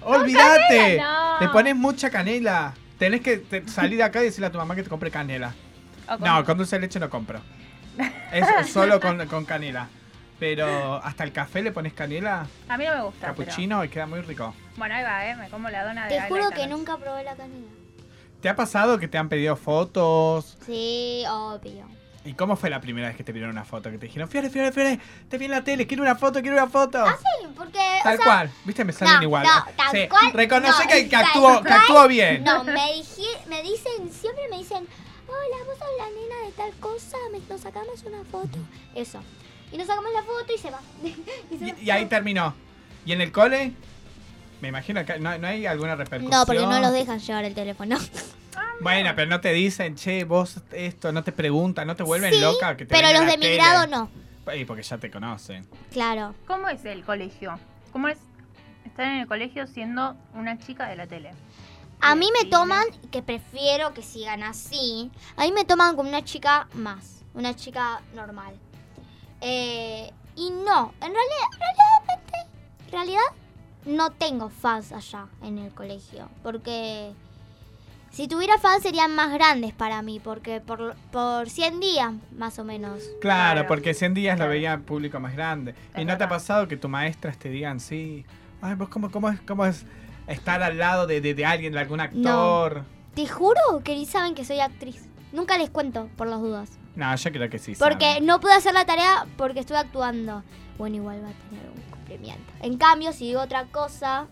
S2: Olvídate.
S1: canela, no.
S2: Te pones mucha canela. Tenés que te- salir de acá y decirle a tu mamá que te compre canela.
S1: O con-
S2: No, con dulce de leche no
S3: <laughs>
S2: compro. Es solo con, con canela. Pero hasta el café le pones canela,
S1: A mí no me gusta. pero-
S2: capuchino y queda muy rico.
S1: Bueno, ahí va, eh, me como la dona de I
S3: Te
S1: Like
S3: juro que
S1: Donuts.
S3: nunca probé la canela.
S2: ¿Te ha pasado que te han pedido fotos?
S3: Sí, obvio.
S2: ¿Y cómo fue la primera vez que te pidieron una foto? Que te dijeron, Fiore, Fiore, Fiore, te vi en la tele, quiero una foto, quiero una foto.
S3: Ah, Sí, porque.
S2: Tal
S3: o sea,
S2: cual, viste, me salen
S3: no,
S2: igual.
S3: no, tal
S2: Sí,
S3: cual,
S2: Reconoce
S3: no,
S2: que, que
S3: tal
S2: actuó, que
S3: cual,
S2: actuó bien.
S3: No, me, dije- me dicen, siempre me dicen, hola, vos sos la nena de tal cosa, me- nos sacamos una foto. Eso. Y nos sacamos la foto y se va. <laughs> Y se va.
S2: Y, y ahí terminó. ¿Y en el cole? Me imagino que no, no hay alguna repercusión.
S3: No, porque no los dejan llevar el teléfono.
S2: Bueno, pero no te dicen, che, vos esto, no te preguntan, no te vuelven
S3: Sí,
S2: loca. Que te ven
S3: pero
S2: en
S3: los
S2: la
S3: de mi
S2: tele.
S3: grado no.
S2: Ey, porque ya te conocen.
S3: Claro.
S1: ¿Cómo es el colegio? ¿Cómo es estar en el colegio siendo una chica de la tele?
S3: A mí me toman, que prefiero que sigan así, a mí me toman como una chica más, una chica normal. Eh, y no, en realidad, realmente, en realidad no tengo fans allá en el colegio, porque si tuviera fans serían más grandes para mí, porque por, por 100 días más o menos.
S2: Claro,
S1: Claro.
S2: porque 100 días
S1: Claro.
S2: lo veía en público más grande.
S1: Es
S2: ¿Y no te
S1: verdad.
S2: ha pasado que tus maestras te digan, sí, ay, vos cómo, cómo, es, cómo es estar al lado de, de- de alguien, de algún actor?
S3: Te juro que ni saben que soy actriz. Nunca les cuento, por las dudas.
S2: No, yo creo que sí.
S3: Porque
S2: saben.
S3: no pude hacer la tarea porque estuve actuando. Bueno, igual va a tener un cumplimiento. En cambio, si digo otra cosa,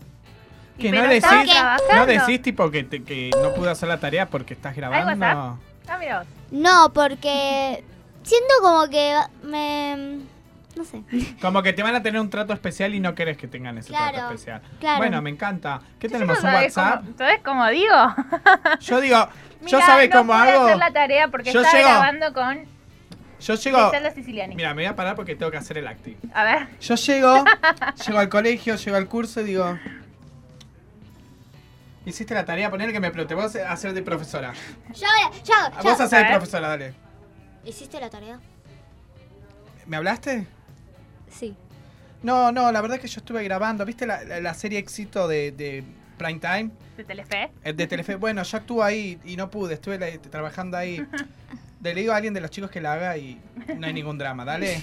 S1: Y
S2: Que
S1: pero
S2: no decís,
S1: estaba
S3: que-
S2: no
S1: trabajando.
S2: decís tipo que, te- que no pude hacer la tarea porque estás grabando.
S1: WhatsApp? Ah, mira vos.
S3: no,
S2: <laughs>
S3: porque siento como que me. No
S2: <laughs>
S3: sé.
S2: Como que te van a tener un trato especial y no querés que tengan ese
S3: Claro,
S2: trato especial.
S3: claro.
S2: Bueno, me encanta. ¿Qué
S1: Yo no
S2: tenemos? ¿Un
S1: sabés
S2: WhatsApp?
S1: cómo- ¿Sabés cómo digo?
S2: Yo digo, <laughs>
S1: <laughs>
S2: yo
S1: Mirá,
S2: sabes
S1: no
S2: cómo
S1: pude
S2: hago.
S1: hacer la tarea porque
S2: Yo
S1: estaba
S2: llego-
S1: grabando con
S2: Yo llego.
S1: Griselda Siciliani.
S2: Mira, me voy a parar porque tengo que hacer el acting.
S1: A ver,
S2: Yo
S1: <laughs>
S2: llego, llego al colegio, llego al curso y digo. Hiciste la tarea, poner que me explote. Vos hacer de profesora.
S3: Yo, yo,
S2: Vos hacer de
S1: A ver.
S2: profesora, dale.
S3: ¿Hiciste la tarea?
S2: ¿Me hablaste?
S3: Sí.
S2: No, no, la verdad es que yo estuve grabando. ¿Viste la, la- la serie éxito de, de Prime Time?
S1: ¿De Telefe?
S2: Eh, De
S3: <laughs>
S2: Telefe. Bueno, yo actúo ahí y no pude. Estuve la- este, trabajando ahí. Le digo a alguien de los chicos que la haga y no hay ningún drama.
S3: <laughs>
S2: Dale.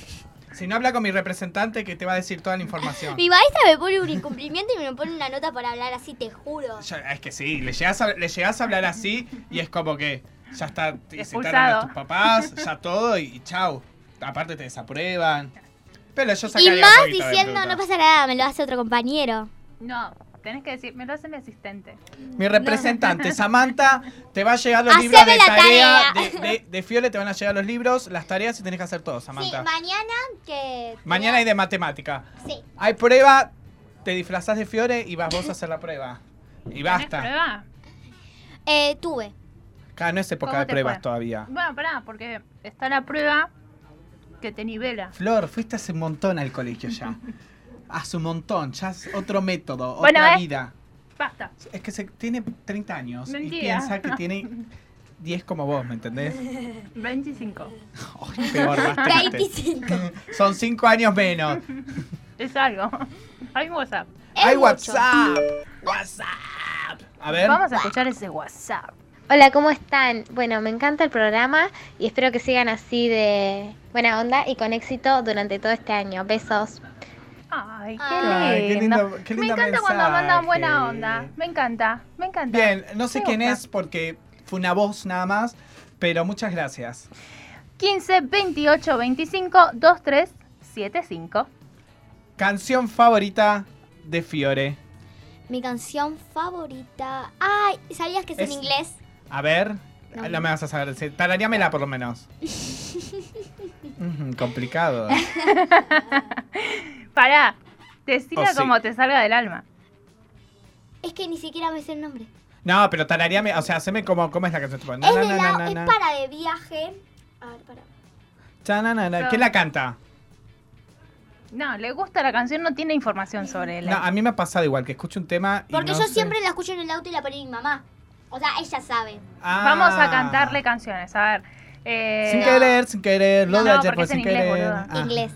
S2: Si no, habla con mi representante que te va a decir toda la información.
S3: Mi maestra me pone un incumplimiento y me pone una nota para hablar así, te juro.
S2: <laughs> Ya, es que sí, le llegas, a, le llegás a hablar así y es como que ya está, te
S1: Expulsado.
S2: citaron a tus papás, ya todo y, y chau. Aparte te desaprueban. Pero yo
S3: Y
S2: sacaría un
S3: más
S2: poquito de
S3: diciendo,
S2: fruta.
S3: no pasa nada, me lo hace otro compañero.
S1: No, tenés que decir, me lo hace mi asistente.
S2: Mi
S3: <laughs>
S2: representante, Samantha, te va a llegar los
S3: Haceme
S2: libros de
S3: la
S2: tarea.
S3: tarea.
S2: De, de- de Fiole te van a llegar los libros, las tareas y tenés que hacer todo,
S3: Sí,
S2: Samantha.
S3: mañana que...
S2: Mañana hay de matemática.
S3: Sí.
S2: Hay prueba, te disfrazás de Fiore y vas vos a hacer la prueba. Y
S1: ¿Tenés
S2: basta.
S1: prueba?
S3: Eh, tuve.
S2: Acá no es época
S1: ¿Cómo
S2: de
S1: te
S2: pruebas
S1: fue?
S2: todavía.
S1: Bueno, pará, porque está la prueba que te nivela.
S2: Flor, fuiste hace un montón al
S1: <laughs>
S2: colegio ya. Hace un montón, ya es otro método,
S1: Bueno,
S2: otra
S1: eh.
S2: vida.
S1: Basta.
S2: Es que se, tiene 30 años y
S1: Mentira.
S2: piensa que tiene 10 como vos,
S1: <laughs>
S2: ¿me entendés?
S1: 25.
S2: Ay, peor, más triste.
S3: 25.
S2: Son 5 años menos.
S1: Es algo. <laughs> Hay un WhatsApp.
S3: Es
S2: ¡Ay,
S3: mucho.
S2: WhatsApp! ¡WhatsApp! A ver.
S1: Vamos a escuchar ese WhatsApp.
S5: Hola, ¿cómo están? Bueno, me encanta el programa y espero que sigan así de buena onda y con éxito durante todo este año. Besos.
S1: Ay, qué
S3: Ay,
S2: qué
S1: lindo.
S2: lindo- qué
S1: me
S2: lindo
S1: encanta cuando mandan
S2: mensaje.
S1: buena onda. Me encanta, me encanta.
S2: Bien, no sé
S1: Me
S2: quién
S1: gusta.
S2: es porque fue una voz nada más, pero muchas gracias.
S1: 15 28 25 23 75.
S2: Canción favorita de Fiore.
S3: Mi canción favorita. Ay, ¿sabías que es, en
S2: Es-
S3: inglés?
S2: A ver,
S3: No.
S2: no me vas a saber. se- Tarareámela por lo
S3: <laughs>
S2: menos. Ujú, complicado.
S1: Pará, decila
S2: Oh, sí.
S1: como te salga del alma.
S3: Es que ni siquiera me sé el nombre.
S2: No, pero tarareame, o sea, haceme como cómo es la canción. Tipo, na,
S3: es
S2: na,
S3: de
S2: na,
S3: lado-
S2: na, na.
S3: es para de viaje. A ver, para.
S2: Cha, na, na, na. ¿Quién la canta?
S1: No, le gusta la canción, no tiene información sobre él.
S2: No, ah. a mí me ha pasado igual, que escucho un tema y
S3: Porque
S2: no
S3: yo
S2: sé-
S3: siempre la escucho en el auto y la pone mi mamá. O sea, ella sabe.
S2: Ah.
S1: Vamos a cantarle canciones, a ver. Eh,
S2: Sin querer, sin querer, lo
S1: No,
S2: de
S1: no, porque
S2: ayer fue
S1: es en
S2: sin
S1: inglés,
S2: querer.
S1: boluda.
S2: Ah,
S3: Inglés.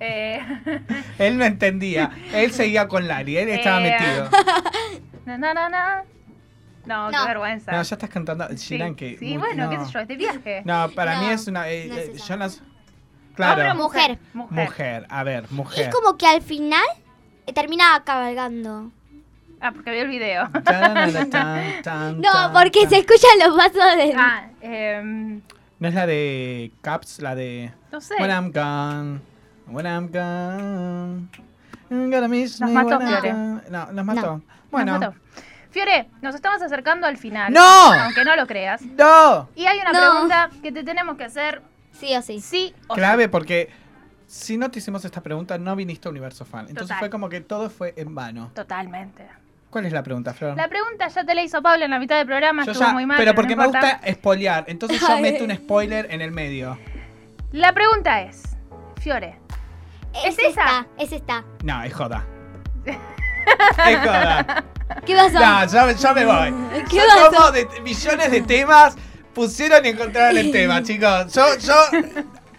S1: eh, <laughs>
S2: Él no entendía, él seguía con Lari, él estaba
S1: Eh,
S2: metido.
S1: na, na, na, na. No, qué
S3: No.
S1: vergüenza.
S2: No, ya estás cantando.
S1: sí,
S2: Shiran, que.
S1: sí,
S2: muy-
S1: bueno, qué
S2: no.
S1: sé yo, es de viaje.
S2: No, para mí
S3: No,
S2: es una. eh,
S3: no es
S2: eh,
S3: esa.
S2: yo no-
S1: Hombre o
S2: Claro.
S3: Mujer.
S1: Mujer.
S2: Mujer, a ver, mujer.
S3: Es como que al final eh, termina cabalgando.
S1: Ah, porque vi el
S2: <laughs>
S1: video.
S2: <laughs> Tan, tan, tan,
S3: No,
S2: tan,
S3: porque
S2: tan.
S3: se escuchan los pasos de.
S1: Ah, em,
S2: No es la de Caps, la de.
S1: no sé.
S2: When I'm gone. When I'm gone. I'm gonna miss
S1: Nos
S2: me
S1: mató,
S2: when I'm
S1: Fiore.
S2: gone. No, nos mató.
S1: Nos
S2: Bueno.
S1: mató. Fiore, nos estamos acercando al final.
S2: ¡No!
S1: Aunque no lo creas.
S2: ¡No!
S1: Y hay una
S3: No.
S1: pregunta que te tenemos que hacer
S3: Sí o sí.
S1: sí o sí.
S2: Clave, porque si no te hicimos esta pregunta, no viniste a Universo Fan. Entonces
S1: Total.
S2: fue como que todo fue en vano.
S1: Totalmente.
S2: ¿Cuál es la pregunta, Flor?
S1: La pregunta ya te la hizo Pablo en la mitad del programa,
S2: Yo
S1: estuvo
S2: ya-
S1: muy mal.
S2: pero
S1: no
S2: porque me
S1: importa.
S2: gusta spoilear, entonces yo meto un spoiler en el medio.
S1: La pregunta es, Fiore, ¿Es esa?
S3: esta, Es esta.
S2: No,
S1: <laughs>
S2: es joda. Es joda.
S3: ¿Qué pasó?
S2: No, yo, yo me voy.
S3: ¿Qué
S2: Son
S3: pasó?
S2: como de- millones de temas pusieron y encontraron el
S3: <laughs>
S2: tema, chicos. Yo, yo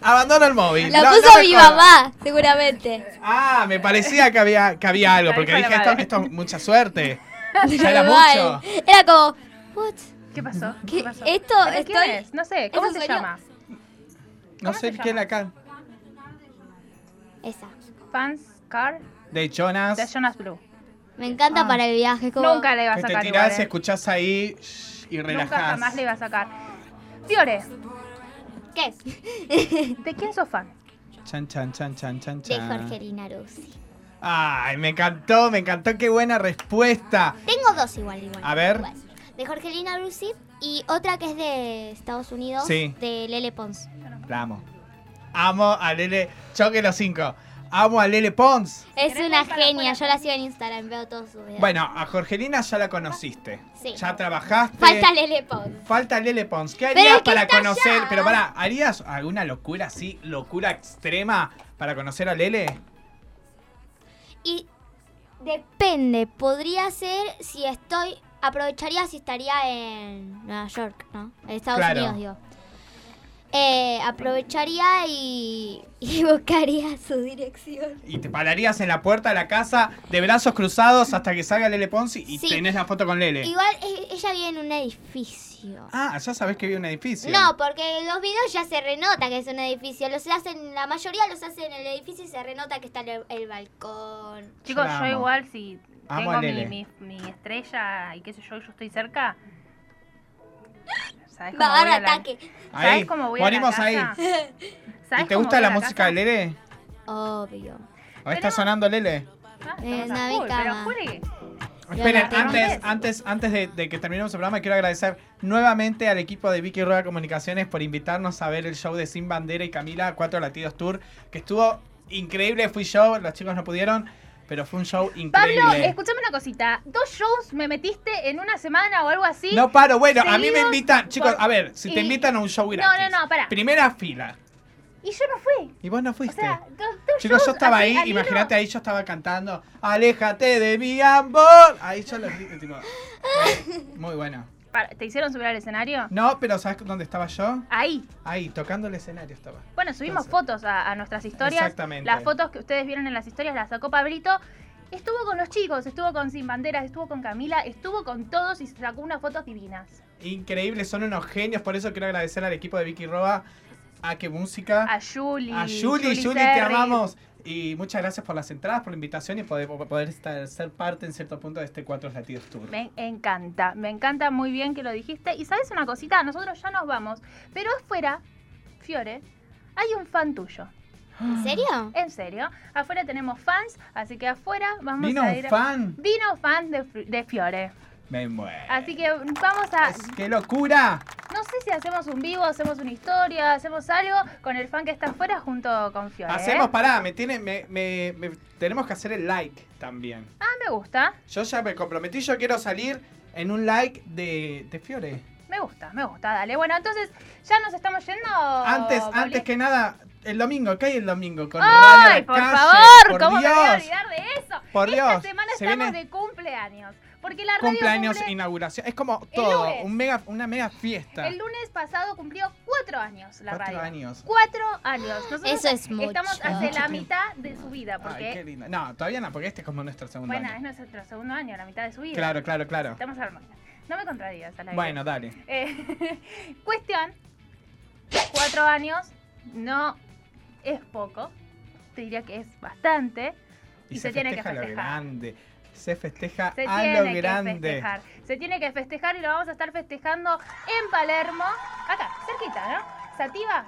S2: abandono el móvil.
S3: La
S2: No,
S3: puso
S2: no me
S3: mi
S2: jodan.
S3: mamá,
S1: <laughs>
S3: seguramente.
S2: Ah, me parecía que había, que había algo,
S1: La
S2: porque
S1: dijo la
S2: dije, esto,
S1: madre.
S2: esto es
S1: <laughs>
S2: mucha suerte. Ya era
S3: Igual.
S2: mucho.
S3: Era como, what?
S1: ¿qué pasó? ¿Qué,
S3: ¿Qué-
S1: pasó?
S3: esto
S1: ¿Pero quién
S3: estoy-
S1: es? No sé, ¿cómo
S3: ¿Eso
S1: se
S3: soy yo?
S1: llama?
S2: No
S1: ¿Cómo se
S2: sé quién
S1: llama?
S2: acá.
S3: Esa.
S1: Fans Car
S2: De Jonas.
S1: de Jonas Blue.
S3: Me encanta
S2: Ah.
S3: para el viaje. es Como...
S1: Nunca le iba a
S2: que
S1: sacar
S2: te
S1: igual,
S2: tirás,
S1: ¿eh?
S2: escuchás ahí shh, y relajás.
S1: Nunca jamás le iba a sacar. Fiore,
S2: <laughs>
S3: ¿Qué?
S1: ¿de quién sos fan?
S2: Chan, chan, chan, chan, chan,
S3: De
S2: chan.
S3: Jorgelina Rossi.
S2: Ay, me encantó, me encantó, qué buena respuesta.
S3: Tengo dos igual, igual.
S2: A ver.
S3: Igual. De Jorgelina Rossi y otra que es de Estados Unidos.
S2: Sí.
S3: De Lele Pons.
S2: La amo. Amo a Lele. Choque los cinco. Amo a Lele Pons.
S3: Es
S1: ¿Querés
S3: una
S1: ir para
S3: genia.
S1: afuera?
S3: Yo la sigo en Instagram, veo todos sus videos.
S2: Bueno, a Jorgelina ya la conociste.
S3: Sí.
S2: Ya trabajaste.
S3: Falta Lele Pons.
S2: Falta Lele Pons. ¿Qué
S3: Pero
S2: harías
S3: es que
S2: para
S3: está
S2: conocer?
S3: allá.
S2: Pero para, ¿harías alguna locura así, locura extrema para conocer a Lele?
S3: Y depende. Podría ser si estoy. Aprovecharía si estaría en Nueva York, ¿no? En Estados
S2: Claro.
S3: Unidos, digo. eh, aprovecharía y, <laughs> y buscaría su dirección.
S2: Y te pararías en la puerta de la casa de brazos cruzados hasta que salga Lele Ponzi y
S3: Sí.
S2: tenés la foto con Lele.
S3: Igual e- ella vive en un edificio.
S2: Ah, ya sabés que vive en un edificio.
S3: No, porque en los videos ya se renota que es un edificio. Los hacen, la mayoría los hacen en el edificio y se renota que está el, el balcón.
S1: Chicos,
S2: Yo la
S1: yo
S2: amo.
S1: igual si
S2: Amo
S1: tengo
S2: a
S1: mi,
S2: Lele.
S1: mi, mi estrella y qué sé yo, y yo estoy cerca. ¿Sabes
S3: Va
S1: cómo
S3: a
S1: voy a la-
S3: ataque.
S2: Ahí,
S1: ¿Sabes cómo voy
S2: morimos
S1: a la
S2: ahí.
S3: <laughs>
S1: casa?
S2: ¿Y
S1: ¿Sabes
S2: te
S1: cómo
S2: gusta
S1: voy
S2: la
S1: a
S2: música
S1: casa?
S2: de Lele?
S3: Obvio.
S2: Ahí está
S1: Tenemos-
S2: sonando Lele.
S1: Ah,
S3: Eh,
S1: estamos
S3: no,
S1: a
S3: mi
S1: full, pero
S3: cama.
S1: jure.
S2: Esperen,
S1: tengo.
S2: antes, antes, antes de, de que terminemos el programa, quiero agradecer nuevamente al equipo de Vicky Rueda Comunicaciones por invitarnos a ver el show de Sin Bandera y Camila, Cuatro Latidos Tour, que estuvo increíble. Fui yo, los chicos no pudieron, pero fue un show increíble.
S1: Pablo, escúchame una cosita. Dos shows me metiste en una semana o algo así.
S2: No paro, bueno, a mí me
S1: seguidos
S2: invitan, chicos,
S1: por-
S2: a ver, si te
S1: y-
S2: invitan a un show
S1: no,
S2: gratis.
S1: no, pará.
S2: Primera fila.
S1: Y yo no fui.
S2: Y vos no
S1: O
S2: fuiste.
S1: sea, dos, dos
S2: Este. Chicos, yo
S1: shows
S2: estaba
S1: así,
S2: ahí,
S1: al hilo.
S2: imagínate ahí, yo estaba cantando Aléjate de mi amor. Ahí yo lo grité,
S1: <laughs>
S2: tipo. Muy bueno.
S1: Pará, ¿Te hicieron subir al escenario?
S2: No, pero ¿sabes dónde estaba yo?
S1: Ahí.
S2: Ahí, tocando el escenario estaba.
S1: Bueno, subimos
S2: Entonces-
S1: fotos a, a nuestras historias.
S2: Exactamente.
S1: Las fotos que ustedes vieron en las historias las sacó Pablito. Estuvo con los chicos, estuvo con Sin Banderas, estuvo con Camila, estuvo con todos y se sacó unas fotos divinas.
S2: Increíble, son unos genios, por eso quiero agradecer al equipo de Vicky Roa, a que música,
S1: A Julie.
S2: Ah, a Julie, Julie, te
S1: Serri.
S2: amamos. Y muchas gracias por las entradas, por la invitación y poder, poder estar, ser parte en cierto punto de este Cuatro Latidos Tour.
S1: Me encanta, me encanta muy bien que lo dijiste. Y sabes una cosita, nosotros ya nos vamos, pero afuera, Fiore, hay un fan tuyo.
S3: ¿En serio?
S1: En serio, afuera tenemos fans, así que afuera vamos
S2: Vino
S1: a
S2: un
S1: ir.
S2: fan.
S1: Vino fan de, Fi- de Fiore.
S2: Me muero.
S1: Así que ah, vamos a.
S2: Es- ¡Qué locura!
S1: No sé si hacemos un vivo, hacemos una historia, hacemos algo con el fan que está afuera junto con Fiore. ¿eh?
S2: Hacemos pará, me tiene, me, me- me- tenemos que hacer el like también.
S1: Ah, me gusta,
S2: Yo ya me comprometí, yo quiero salir en un like de, de Fiore.
S1: me gusta, me gusta, dale. Bueno, entonces, ¿ya nos estamos yendo?
S2: antes,
S1: Pablito?
S2: antes que nada, el domingo, ¿qué hay el domingo? Con Radio
S1: ¡Ay,
S2: La
S1: por
S2: Calle,
S1: favor!
S2: por
S1: ¿Cómo me voy a
S2: Dios.
S1: olvidar de eso?
S2: Por
S1: Esta
S2: Dios,
S1: semana
S2: se
S1: estamos
S2: viene-
S1: de cumpleaños. Porque la radio
S2: Cumpleaños,
S1: cumple-
S2: inauguración. Es como todo,
S1: lunes.
S2: un mega, una mega fiesta.
S1: El lunes pasado cumplió cuatro años la
S2: Cuatro
S1: radio.
S2: años.
S1: Cuatro años. Nosotros
S3: Eso es mucho.
S1: Estamos hace
S2: Mucho
S1: la
S2: tiempo.
S1: mitad de su vida.
S2: Ay, qué
S1: Porque,
S2: lindo. No, todavía no, porque este es como nuestro segundo
S1: bueno, es
S2: año.
S1: nuestro segundo año, la mitad de su vida.
S2: Claro, claro, claro.
S1: Estamos armando. No me contradigas, Alain.
S2: Bueno, dale.
S1: Eh, <laughs> cuestión, cuatro años no es poco, te diría que es bastante.
S2: Y,
S1: Y
S2: se,
S1: se tiene que
S2: festeja a lo
S1: festejar.
S2: grande. Se festeja
S1: Se
S2: a
S1: tiene
S2: lo
S1: que
S2: grande.
S1: festejar. Se tiene que festejar y lo vamos a estar festejando en Palermo, acá, cerquita, ¿no? Sativa,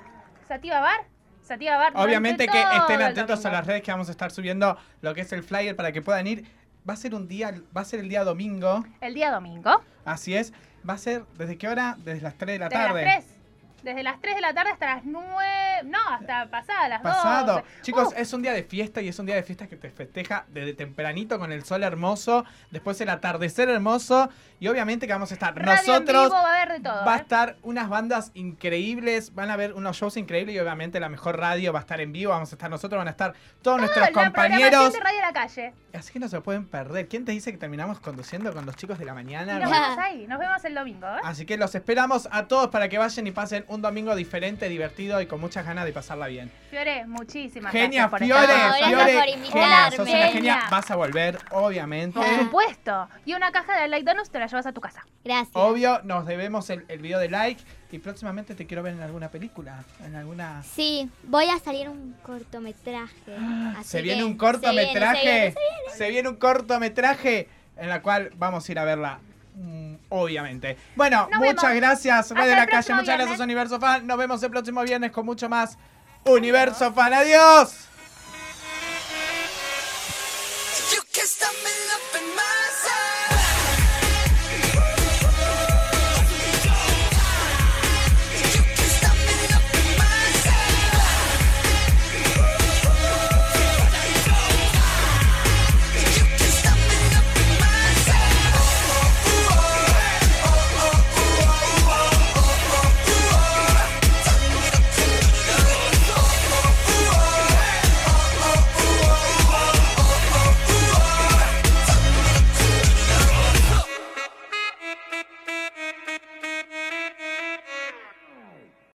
S1: Sativa Bar, Sativa Bar. durante
S2: Obviamente que
S1: todo
S2: estén
S1: el
S2: atentos a
S1: domingo.
S2: las redes que vamos a estar subiendo lo que es el flyer para que puedan ir. Va a ser un día, va a ser el día domingo,
S1: El día domingo.
S2: así es. Va a ser, ¿desde qué hora? Desde las 3 de la
S1: Desde
S2: tarde.
S1: las 3. Desde las 3 de la tarde hasta las 9. No, hasta pasadas las 2.
S2: Pasado. Chicos, eh, es un día de fiesta y es un día de fiesta que te festeja desde tempranito con el sol hermoso, después el atardecer hermoso y obviamente que vamos a estar
S1: en
S2: nosotros.
S1: vivo va a haber de todo.
S2: Va a
S1: ¿eh?
S2: estar unas bandas increíbles, van a haber unos shows increíbles y obviamente la mejor radio va a estar en vivo, vamos a estar nosotros, van a estar todos nuestros
S1: la programación
S2: compañeros.
S1: de Radio a la Calle.
S2: Así que no se pueden perder. ¿Quién te dice que terminamos conduciendo con los chicos de la mañana?
S1: Y nos vemos ahí, nos vemos el domingo. ¿eh?
S2: Así que los esperamos a todos para que vayan y pasen un domingo diferente, divertido y con muchas ganas de pasarla bien.
S1: Fiore, muchísimas
S2: Genia,
S1: gracias por
S2: Fiore,
S1: estar con
S3: Gracias
S1: nosotros.
S2: Fiore, eh.
S3: por
S2: genia, sos una
S3: invitarme.
S2: genia,
S1: Genia.
S2: vas a volver, obviamente.
S1: Por supuesto. Y una caja de Like Donuts te la llevas a tu casa.
S3: Gracias.
S2: Obvio, nos debemos el, el video de like y próximamente te quiero ver en alguna película, en alguna...
S3: Sí, voy a salir un cortometraje. así
S2: Ah, se viene
S3: que-
S2: un
S3: se viene,
S2: cortometraje,
S3: se viene.
S2: se viene un cortometraje en la cual vamos a ir a verla. mm, Obviamente. Bueno,
S1: Nos
S2: muchas
S1: vemos.
S2: gracias,
S1: Hasta
S2: Radio de la
S1: el
S2: Calle.
S1: próximo
S2: Muchas gracias,
S1: viernes.
S2: Universo Fan. Nos vemos el próximo viernes con mucho más Universo Fan. Adiós.